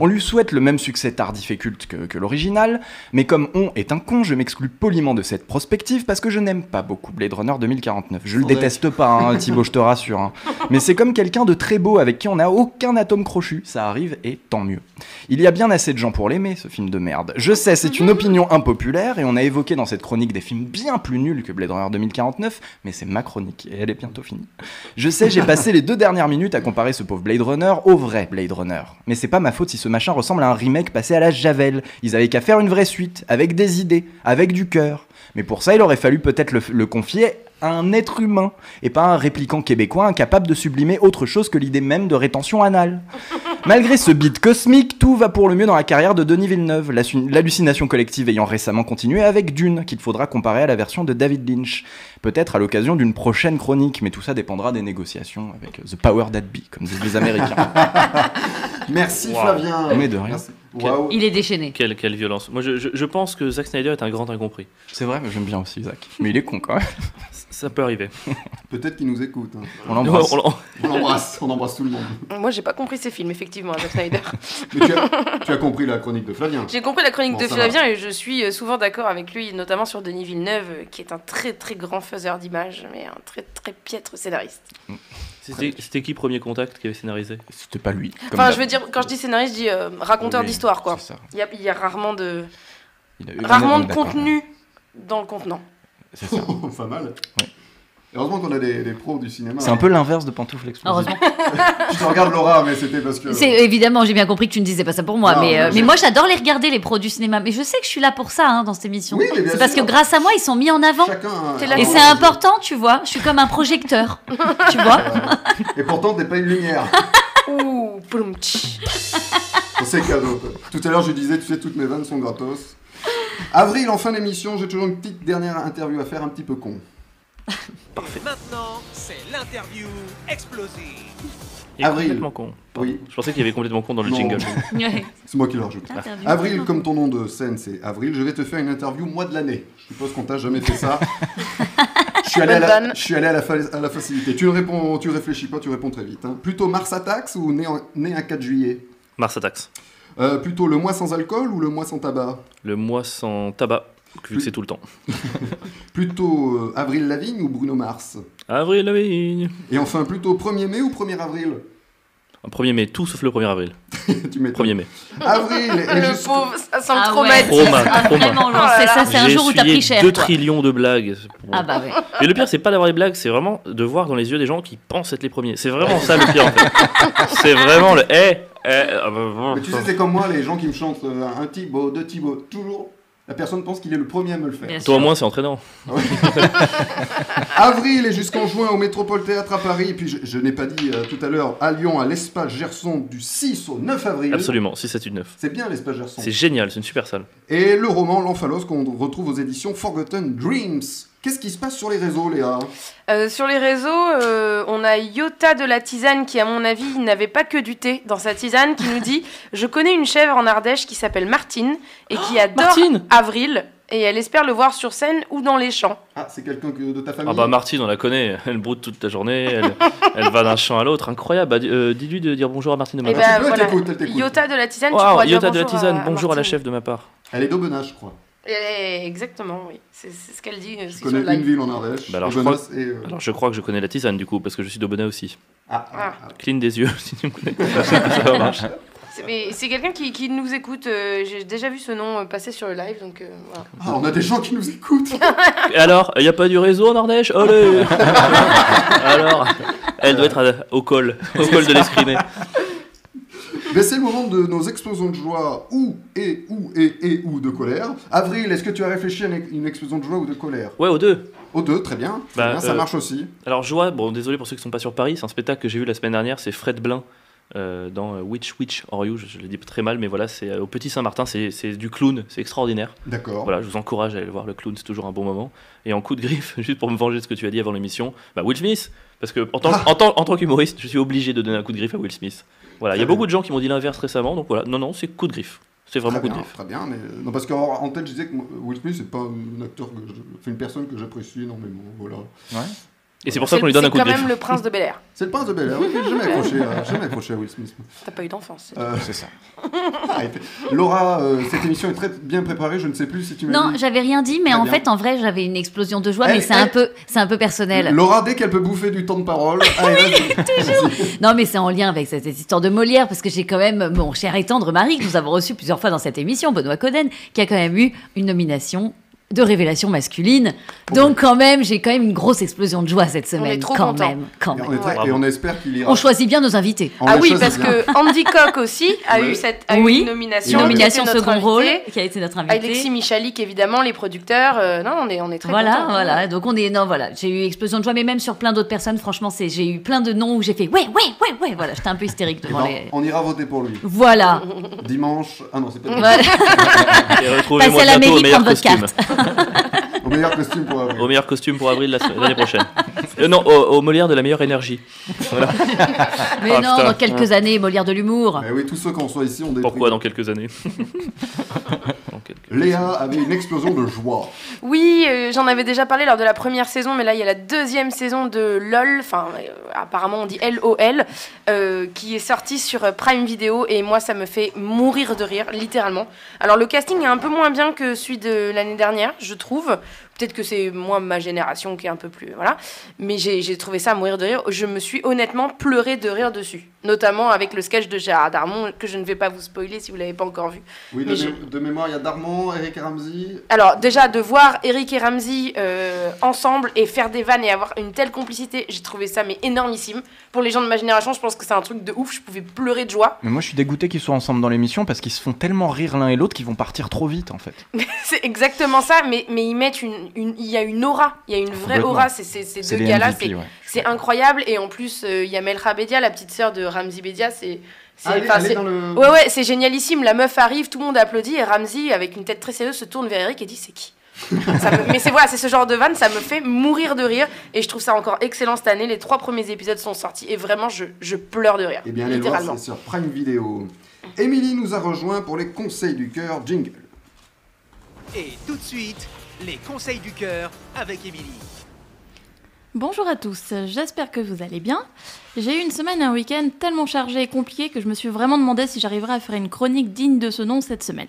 S4: On lui souhaite le même succès tardif et culte que, que l'original, mais comme on est un con, je m'exclus poliment de cette prospective parce que je n'aime pas beaucoup Blade Runner 2049. Je le
S2: Faudrait.
S4: déteste pas, hein, Thibaut, je te rassure. hein. Mais c'est comme quelqu'un de très beau avec qui on n'a aucun atome crochu. Ça arrive et tant mieux. Il y a bien assez de gens pour l'aimer, ce film de merde. Je sais, c'est une opinion impopulaire et on a évoqué dans cette chronique des films bien plus nuls que Blade Runner 2049, mais c'est ma chronique et elle est bientôt finie. Je sais, j'ai passé les deux dernières minutes à comparer ce pauvre Blade Runner au vrai Blade Runner. Mais c'est pas ma faute si ce machin ressemble à un remake passé à la Javel. Ils avaient qu'à faire une vraie suite, avec des idées, avec du cœur. Mais pour ça, il aurait fallu peut-être le, le confier à un être humain, et pas un répliquant québécois incapable de sublimer autre chose que l'idée même de rétention anale. Malgré ce beat cosmique, tout va pour le mieux dans la carrière de Denis Villeneuve, la su- l'hallucination collective ayant récemment continué avec Dune, qu'il faudra comparer à la version de David Lynch. Peut-être à l'occasion d'une prochaine chronique, mais tout ça dépendra des négociations avec euh, The Power That Be, comme disent les Américains.
S2: Merci
S5: Wow.
S2: Flavien.
S4: Mais de rien.
S2: Merci. Waouh.
S6: Il est déchaîné.
S5: Quelle, quelle violence. Moi, je, je- je pense que Zack Snyder est un grand incompris.
S4: C'est vrai, mais j'aime bien aussi Zach. Mais il est con quand même.
S5: Ça ça peut arriver.
S2: Peut-être qu'il nous écoute. hein.
S4: On l'embrasse.
S5: On- on-
S2: On l'embrasse, on embrasse tout le monde.
S3: Moi, j'ai pas compris ces films, effectivement, à Zack Snyder.
S2: Mais tu, as, tu as compris la chronique de Flavien.
S3: J'ai compris la chronique
S2: Bon,
S3: de
S2: ça
S3: Flavien et je suis euh, souvent d'accord avec lui, notamment sur Denis Villeneuve, euh, qui est un très très grand faiseur d'images, mais un très très piètre scénariste.
S5: C'était c'était qui premier contact qui avait scénarisé
S4: C'était pas lui. comme
S3: Enfin,
S4: d'hab.
S3: je veux dire, quand je dis scénariste, je dis euh, raconteur
S4: Oui,
S3: d'histoire, quoi.
S4: c'est ça.
S3: Il y a, il y a rarement de,
S4: Il a eu
S3: rarement
S4: raison
S3: de
S4: d'accord.
S3: contenu dans le contenant.
S4: C'est ça.
S2: pas mal.
S4: Ouais.
S2: Heureusement qu'on a des, des pros du cinéma.
S4: C'est un peu l'inverse de Pantoufle Explosive.
S6: Heureusement.
S2: Je te regarde Laura, mais c'était parce que.
S6: C'est évidemment, j'ai bien compris que tu ne disais pas ça pour moi,
S2: Non,
S6: mais, euh,
S2: non,
S6: mais
S2: je-
S6: moi j'adore les regarder les pros du cinéma. Mais je sais que je suis là pour ça hein, dans cette émission.
S2: Oui, mais bien
S6: c'est parce que
S2: sûr.
S6: grâce à moi ils sont mis en avant.
S2: Chacun. a-
S3: T'es là
S2: a
S6: Et
S2: un
S6: c'est
S2: rôle.
S6: important, tu vois. Je suis comme un projecteur, tu vois.
S2: Et pourtant, t'es pas une lumière.
S3: Ouh, ploum, tch.
S2: C'est cadeau. Tout à l'heure, je disais, tu sais, toutes mes vannes sont gratos. Avril, en fin d'émission, j'ai toujours une petite dernière interview à faire, un petit peu con.
S1: Maintenant, c'est l'interview explosive.
S5: Il est
S2: Avril.
S5: complètement con. Pardon.
S2: Ah Oui.
S5: Je pensais qu'il y avait complètement con dans le
S2: Non.
S5: jingle.
S6: Ouais.
S2: C'est moi qui le rajoute.
S6: Interview.
S2: Avril, comme ton nom de scène c'est Avril, je vais te faire une interview mois de l'année. Je suppose qu'on t'a jamais fait ça. je, suis allé à
S3: Bonne
S2: la,
S3: vanne.
S2: je suis allé à la, fa- à la facilité. Tu ne réponds, tu réfléchis pas, tu réponds très vite. hein. Plutôt Mars Attacks ou né, en- né un 4 juillet
S5: Mars Attacks.
S2: Euh, Plutôt le mois sans alcool ou le mois sans tabac
S5: Le mois sans tabac, vu que c'est tout le temps.
S2: Plutôt euh, Avril Lavigne ou Bruno Mars
S5: Avril la vigne.
S2: Et enfin, plutôt 1er mai ou 1er avril
S5: 1er mai, tout sauf le 1er avril.
S2: Tu m'étonnes.
S5: 1er mai.
S2: Avril et
S3: Le
S2: jusqu'au-
S3: pauvre, ça semble
S6: Ah
S3: trop
S6: ouais.
S3: bête.
S5: Trauma,
S6: Ah,
S5: trauma.
S6: vraiment,
S3: Oh
S6: genre,
S3: là
S6: c'est ça,
S3: là.
S6: c'est un
S5: J'ai
S6: jour où t'as
S5: essuyé
S6: pris cher.
S5: 2
S6: toi.
S5: trillions de blagues. C'est pour-
S6: Ah bah ouais.
S5: Mais le pire, c'est pas d'avoir les blagues, c'est vraiment de voir dans les yeux des gens qui pensent être les premiers. C'est vraiment ça le pire en fait. C'est vraiment le. Eh, eh, ah bah,
S2: Mais tu sais, c'est comme moi, les gens qui me chantent euh, un Thibaut, deux Thibaut, toujours La personne pense qu'il est le premier à me le faire.
S6: Bien
S5: Toi, au
S6: sûr.
S5: moins, c'est entraînant.
S2: Avril et jusqu'en juin au Métropole Théâtre à Paris. Et puis, je, je n'ai pas dit euh, tout à l'heure, à Lyon, à l'espace Gerson du 6 au 9 avril.
S5: Absolument, 6, 7, 8, 9.
S2: C'est bien l'espace Gerson.
S5: C'est génial, c'est une super salle.
S2: Et le roman L'Enphalos qu'on retrouve aux éditions Forgotten Dreams. Qu'est-ce qui se passe sur les réseaux, Léa
S3: Euh, sur les réseaux, euh, on a Yota de la tisane qui, à mon avis, n'avait pas que du thé dans sa tisane, qui nous dit Je connais une chèvre en Ardèche qui s'appelle Martine et qui adore
S5: Martine
S3: Avril et elle espère le voir sur scène ou dans les champs.
S2: Ah, c'est quelqu'un que- de ta famille
S5: Ah bah Martine, on la connaît, elle broute toute la journée, elle, elle va d'un champ à l'autre, incroyable. Bah, euh, Dis-lui de dire bonjour à Martine demain.
S2: Ah,
S3: Eh ben,
S2: tu peux, elle
S3: voilà.
S2: t'écoute, elle t'écoute.
S3: Yota de la tisane, tu
S5: Wow,
S3: pourras dire
S5: Iota de la
S3: bonjour
S5: tisane, bonjour à la
S3: Martine.
S5: chef de ma part.
S2: Elle est d'Aubenas, je crois.
S3: Eh, exactement, oui. C'est c'est ce qu'elle dit. euh,
S2: Je
S3: sur
S2: connais
S3: le live.
S2: une ville en Ardèche.
S5: Bah alors, je
S2: Aubenas et, euh,
S5: Alors je crois que je connais la tisane du coup, parce que je suis d'Aubenas aussi.
S2: ah, ah, ah.
S5: Clean des yeux, si tu me connais. Ça marche.
S3: C'est- mais C'est quelqu'un qui, qui nous écoute. euh, J'ai déjà vu ce nom euh, passer sur le live, donc euh, voilà.
S2: Ah, on a des gens qui nous écoutent.
S5: Et alors, il n'y a pas du réseau en Ardèche Allez Alors, elle doit être à- au col, au col de l'escrimé.
S2: Mais c'est le moment de nos explosions de joie ou et ou et et ou de colère. Avril, est-ce que tu as réfléchi à une une explosion de joie ou de colère
S5: Ouais, aux deux.
S2: Aux deux, très bien. Très
S5: Bah,
S2: bien, ça
S5: euh,
S2: marche aussi.
S5: Alors joie, bon désolé pour ceux qui sont pas sur Paris, c'est un spectacle que j'ai vu la semaine dernière, c'est Fred Blin euh, dans euh, Witch Witch Or You, je, je le dis très mal, mais voilà, c'est euh, au Petit Saint-Martin, c'est c'est du clown, c'est extraordinaire.
S2: D'accord.
S5: Voilà, je vous encourage à aller le voir, le clown, c'est toujours un bon moment. Et en coup de griffe, juste pour me venger de ce que tu as dit avant l'émission, bah Will Smith, parce que en tant,
S2: Ah.
S5: en tant, en tant qu'humoriste, je suis obligé de donner un coup de griffe à Will Smith. Voilà, il y a
S2: Très bien.
S5: beaucoup de gens qui m'ont dit l'inverse récemment, donc voilà, non, non, c'est coup de griffe, c'est vraiment
S2: très
S5: coup de
S2: bien,
S5: griffe.
S2: très bien, mais euh, non parce qu'en en tête je disais que moi, Will Smith c'est pas un acteur que je, enfin, une personne que j'apprécie énormément, voilà.
S5: Et c'est pour ça
S3: C'est
S5: qu'on lui donne un
S3: c'est
S5: coup de
S3: quand
S5: griffe.
S3: même le prince de Bel Air.
S2: C'est le prince de Bel Air, oui, j'ai jamais accroché, à- jamais accroché à Will Smith.
S3: T'as pas eu d'enfance. c'est-
S2: Euh,
S4: C'est ça.
S2: arrêtez. Laura, euh, cette émission est très bien préparée, je ne sais plus si tu m'as
S6: Non,
S2: dit.
S6: j'avais rien dit, mais
S2: Très
S6: en
S2: bien.
S6: fait, en vrai, j'avais une explosion de joie,
S2: Elle-
S6: mais c'est un
S2: elle-
S6: peu, c'est un peu personnel.
S2: Laura, dès qu'elle peut bouffer du temps de parole, allez, vas-y.
S6: Non, mais c'est en lien avec cette, cette histoire de Molière, parce que j'ai quand même mon cher et tendre mari, que nous avons reçu plusieurs fois dans cette émission, Benoît Coden, qui a quand même eu une nomination de révélation masculine. Donc, quand même, j'ai quand même une grosse explosion de joie cette semaine.
S3: est trop
S6: quand
S3: contents.
S6: même, quand
S2: Et
S6: même.
S2: on, est très-
S5: Ouais.
S2: et on espère qu'il ira.
S6: On choisit bien nos invités.
S2: On
S3: Ah
S2: les
S3: oui,
S2: choisit
S3: parce
S2: bien.
S3: que Andy Cock aussi a eu cette a eu
S6: Oui.
S3: une nomination.
S2: Une
S3: qui a été
S6: Nomination
S3: notre
S6: second
S3: invité.
S6: rôle, qui a été notre invité.
S3: Alexis Michalik, évidemment, les producteurs. euh, non, on est, on est très
S6: voilà,
S3: contents.
S6: voilà. Donc on est non, voilà. J'ai eu explosion de joie, mais même sur plein d'autres personnes. Franchement, c'est j'ai eu plein de noms où j'ai fait ouais, ouais, ouais, ouais. Voilà, j'étais un peu hystérique
S2: Eh
S6: devant
S2: ben,
S6: les.
S2: on ira voter pour lui.
S6: Voilà.
S2: Dimanche. Ah non, c'est pas
S6: Voilà.
S5: Et retrouvez-moi
S6: Passez à la
S5: bientôt au
S6: mairie,
S5: meilleur
S6: prendre votre
S5: costume.
S2: au meilleur costume pour Avril.
S5: Au meilleur costume pour avril la semaine- l'année prochaine. Euh, non, au, au Molière de la meilleure énergie.
S6: Mais
S5: Ah,
S6: non,
S5: putain.
S6: dans quelques années, Molière de l'humour.
S2: Eh oui, tous ceux qu'on soit ici ont des
S5: Pourquoi
S2: prix.
S5: dans quelques années Dans quelques-
S2: Léa avait une explosion de joie.
S3: Oui, euh, j'en avais déjà parlé lors de la première saison, mais là, il y a la deuxième saison de LOL, enfin, euh, apparemment, on dit LOL, euh, qui est sortie sur euh, Prime Video, et moi, ça me fait mourir de rire, littéralement. Alors, le casting est un peu moins bien que celui de l'année dernière, je trouve. Peut-être que c'est moi, ma génération, qui est un peu plus. Voilà. Mais j'ai j'ai trouvé ça à mourir de rire. Je me suis honnêtement pleuré de rire dessus. Notamment avec le sketch de Gérard Darmon, que je ne vais pas vous spoiler si vous l'avez pas encore vu.
S2: Oui, de,
S3: Mais je-
S2: mé- de mémoire, il y a Darmon, Eric Ramsey.
S3: Alors déjà de voir Eric et Ramsey euh, ensemble et faire des vannes et avoir une telle complicité, j'ai trouvé ça mais énormissime. Pour les gens de ma génération, je pense que c'est un truc de ouf, je pouvais pleurer de joie.
S4: Mais moi, je suis dégoûté qu'ils soient ensemble dans l'émission parce qu'ils se font tellement rire l'un et l'autre qu'ils vont partir trop vite en fait.
S3: C'est exactement ça, mais, mais ils mettent une, une- il y a une aura, il y a une vraie
S4: Complètement.
S3: aura, c'est c'est- ces deux gars-là, c'est
S4: ouais.
S3: c'est incroyable et en plus euh, il y a Melra Bedia, la petite sœur de Ramsey Bedia, c'est c'est-
S2: Ah, elle est-
S3: enfin,
S2: elle est
S3: c'est-
S2: dans le-
S3: Ouais, ouais, c'est génialissime. La meuf arrive, tout le monde applaudit et Ramsey, avec une tête très sérieuse, se tourne vers Eric et dit C'est qui Ça me- Mais c'est voilà, c'est ce genre de vanne, ça me fait mourir de rire et je trouve ça encore excellent cette année. Les trois premiers épisodes sont sortis et vraiment, je, je pleure de rire.
S2: Eh bien, allez le voir,
S3: littéralement.
S2: c'est sur Prime Video. Émilie nous a rejoint pour les conseils du cœur jingle.
S1: Et tout de suite, les conseils du cœur avec Émilie.
S11: Bonjour à tous, j'espère que vous allez bien. J'ai eu une semaine et un week-end tellement chargé et compliqué que je me suis vraiment demandé si j'arriverais à faire une chronique digne de ce nom cette semaine.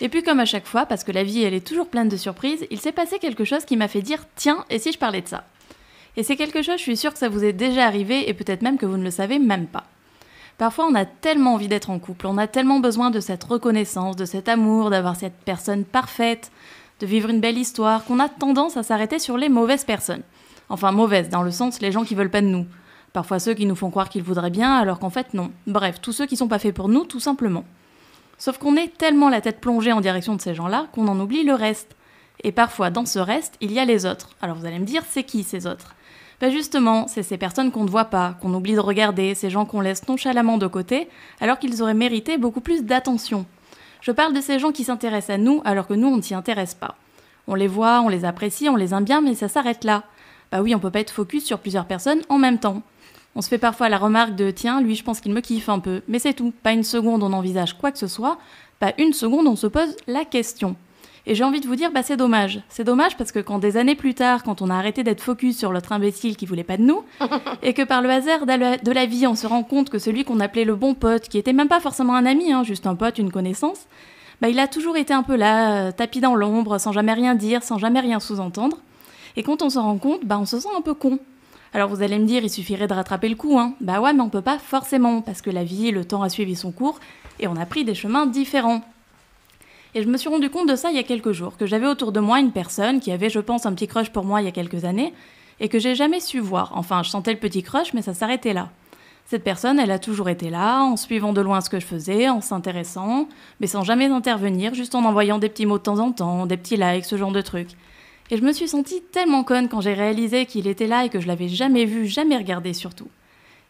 S11: Et puis comme à chaque fois, parce que la vie elle est toujours pleine de surprises, il s'est passé quelque chose qui m'a fait dire tiens, et si je parlais de ça Et c'est quelque chose, je suis sûre que ça vous est déjà arrivé et peut-être même que vous ne le savez même pas. Parfois on a tellement envie d'être en couple, on a tellement besoin de cette reconnaissance, de cet amour, d'avoir cette personne parfaite, de vivre une belle histoire, qu'on a tendance à s'arrêter sur les mauvaises personnes. Enfin, mauvaise, dans le sens les gens qui veulent pas de nous. Parfois ceux qui nous font croire qu'ils voudraient bien alors qu'en fait non. Bref, tous ceux qui sont pas faits pour nous, tout simplement. Sauf qu'on est tellement la tête plongée en direction de ces gens-là qu'on en oublie le reste. Et parfois, dans ce reste, il y a les autres. Alors vous allez me dire, c'est qui ces autres Bah justement, c'est ces personnes qu'on ne voit pas, qu'on oublie de regarder, ces gens qu'on laisse nonchalamment de côté, alors qu'ils auraient mérité beaucoup plus d'attention. Je parle de ces gens qui s'intéressent à nous alors que nous, on ne s'y intéresse pas. On les voit, on les apprécie, on les aime bien, mais ça s'arrête là. Bah oui, on peut pas être focus sur plusieurs personnes en même temps. On se fait parfois la remarque de tiens, lui, je pense qu'il me kiffe un peu, mais c'est tout. Pas une seconde on envisage quoi que ce soit, pas une seconde on se pose la question. Et j'ai envie de vous dire, bah c'est dommage. C'est dommage parce que quand des années plus tard, quand on a arrêté d'être focus sur l'autre imbécile qui voulait pas de nous, et que par le hasard d'al- de la vie, on se rend compte que celui qu'on appelait le bon pote, qui était même pas forcément un ami, hein, juste un pote, une connaissance, bah il a toujours été un peu là, euh, tapis dans l'ombre, sans jamais rien dire, sans jamais rien sous-entendre. Et quand on s'en rend compte, bah on se sent un peu con. Alors vous allez me dire, il suffirait de rattraper le coup, hein. Bah ouais, mais on peut pas forcément, parce que la vie, le temps a suivi son cours, et on a pris des chemins différents. Et je me suis rendu compte de ça il y a quelques jours, que j'avais autour de moi une personne qui avait, je pense, un petit crush pour moi il y a quelques années, et que j'ai jamais su voir. Enfin, je sentais le petit crush, mais ça s'arrêtait là. Cette personne, elle a toujours été là, en suivant de loin ce que je faisais, en s'intéressant, mais sans jamais intervenir, juste en envoyant des petits mots de temps en temps, des petits likes, ce genre de trucs. Et je me suis sentie tellement conne quand j'ai réalisé qu'il était là et que je l'avais jamais vu, jamais regardé surtout.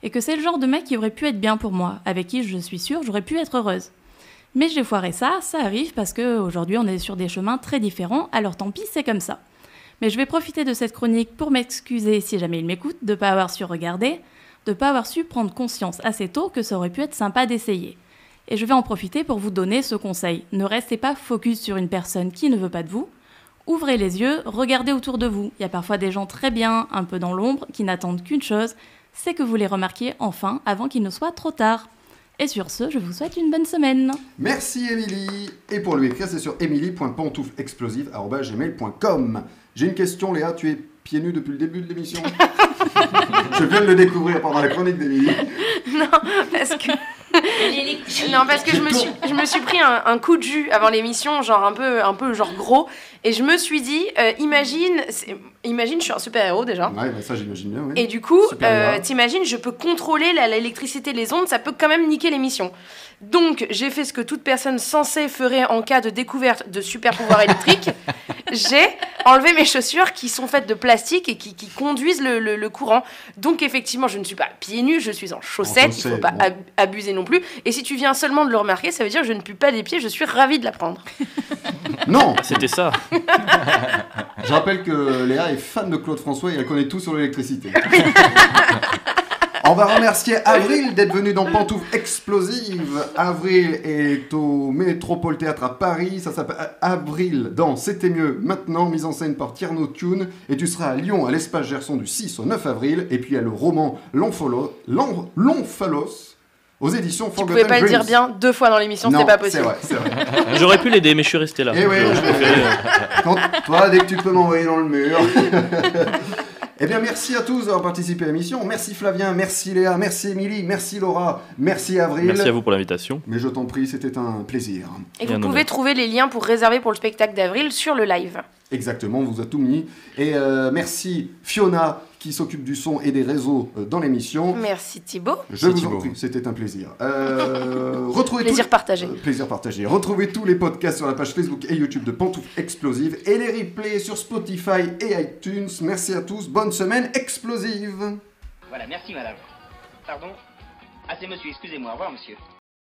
S11: Et que c'est le genre de mec qui aurait pu être bien pour moi, avec qui je suis sûre j'aurais pu être heureuse. Mais j'ai foiré ça, ça arrive parce que aujourd'hui on est sur des chemins très différents, alors tant pis, c'est comme ça. Mais je vais profiter de cette chronique pour m'excuser si jamais il m'écoute de ne pas avoir su regarder, de ne pas avoir su prendre conscience assez tôt que ça aurait pu être sympa d'essayer. Et je vais en profiter pour vous donner ce conseil. Ne restez pas focus sur une personne qui ne veut pas de vous. Ouvrez les yeux, regardez autour de vous. Il y a parfois des gens très bien, un peu dans l'ombre, qui n'attendent qu'une chose, c'est que vous les remarquiez enfin avant qu'il ne soit trop tard. Et sur ce, je vous souhaite une bonne semaine.
S2: Merci Émilie Et pour lui écrire, c'est sur emily.pantoufleexplosive.com. J'ai une question, Léa, tu es pieds nus depuis le début de l'émission Je viens de le découvrir pendant la chronique d'Émilie.
S3: Non, parce que. Non, parce que je me suis, je me suis pris un, un coup de jus avant l'émission, genre un peu, un peu genre gros, et je me suis dit, euh, imagine, c'est- imagine, je suis un super héros déjà.
S2: Ouais, bah ça j'imagine bien, oui.
S3: Ah. Et du coup,
S2: Super
S3: euh,
S2: Léa.
S3: t'imagines, je peux contrôler la- l'électricité, les ondes, ça peut quand même niquer l'émission. Donc, j'ai fait ce que toute personne censée ferait en cas de découverte de super pouvoir électrique. j'ai enlevé mes chaussures qui sont faites de plastique et qui, qui conduisent le, le- le courant. Donc, effectivement, je ne suis pas pieds nus, je suis en chaussettes, il ne
S2: chaussettes,
S3: faut pas
S2: bon.
S3: ab- abuser non plus. Et si tu viens seulement de le remarquer, ça veut dire que je ne pue pas des pieds, je suis ravie de l'apprendre.
S2: Non
S5: C'était ça.
S2: Je rappelle que Léa est fan de Claude François et elle connaît tout sur l'électricité. On va remercier Avril d'être venu dans Pantoufle Explosive. Avril est au Métropole Théâtre à Paris. Ça s'appelle Avril dans C'était mieux maintenant, mise en scène par Tierno Thune. Et tu seras à Lyon, à l'espace Gerson du 6 au 9 avril. Et puis à le roman L'Omphalos L'Om- L'Omphalos aux éditions
S3: Tu ne
S2: Forgotten
S3: pouvais pas le dire
S2: Dreams.
S3: bien deux fois dans l'émission,
S2: Non,
S3: c'était pas possible.
S2: C'est vrai, c'est vrai.
S5: J'aurais pu l'aider, mais je suis resté là. euh,
S2: Eh ouais, je
S5: Je-
S2: l'ai
S5: préférais,
S2: fait. Quand toi, dès que tu peux m'envoyer dans le mur. Eh bien, merci à tous d'avoir participé à l'émission. Merci Flavien, merci Léa, merci Émilie, merci Laura, merci Avril.
S5: Merci à vous pour l'invitation.
S2: Mais je t'en prie, c'était un plaisir.
S3: Et vous pouvez trouver les liens pour réserver pour le spectacle d'avril sur le live.
S2: Exactement, on vous a tout mis. Et euh, merci Fiona qui s'occupe du son et des réseaux euh, dans l'émission.
S3: Merci Thibaut.
S2: Je vous en prie, c'était un plaisir. Euh, retrouvez tous-
S3: Plaisir partagé.
S2: Euh, Plaisir partagé. Retrouvez tous les podcasts sur la page Facebook et YouTube de Pantoufles Explosives et les replays sur Spotify et iTunes. Merci à tous. Bonne semaine explosive.
S12: Voilà, merci madame. Pardon Ah c'est monsieur, excusez-moi, au revoir monsieur.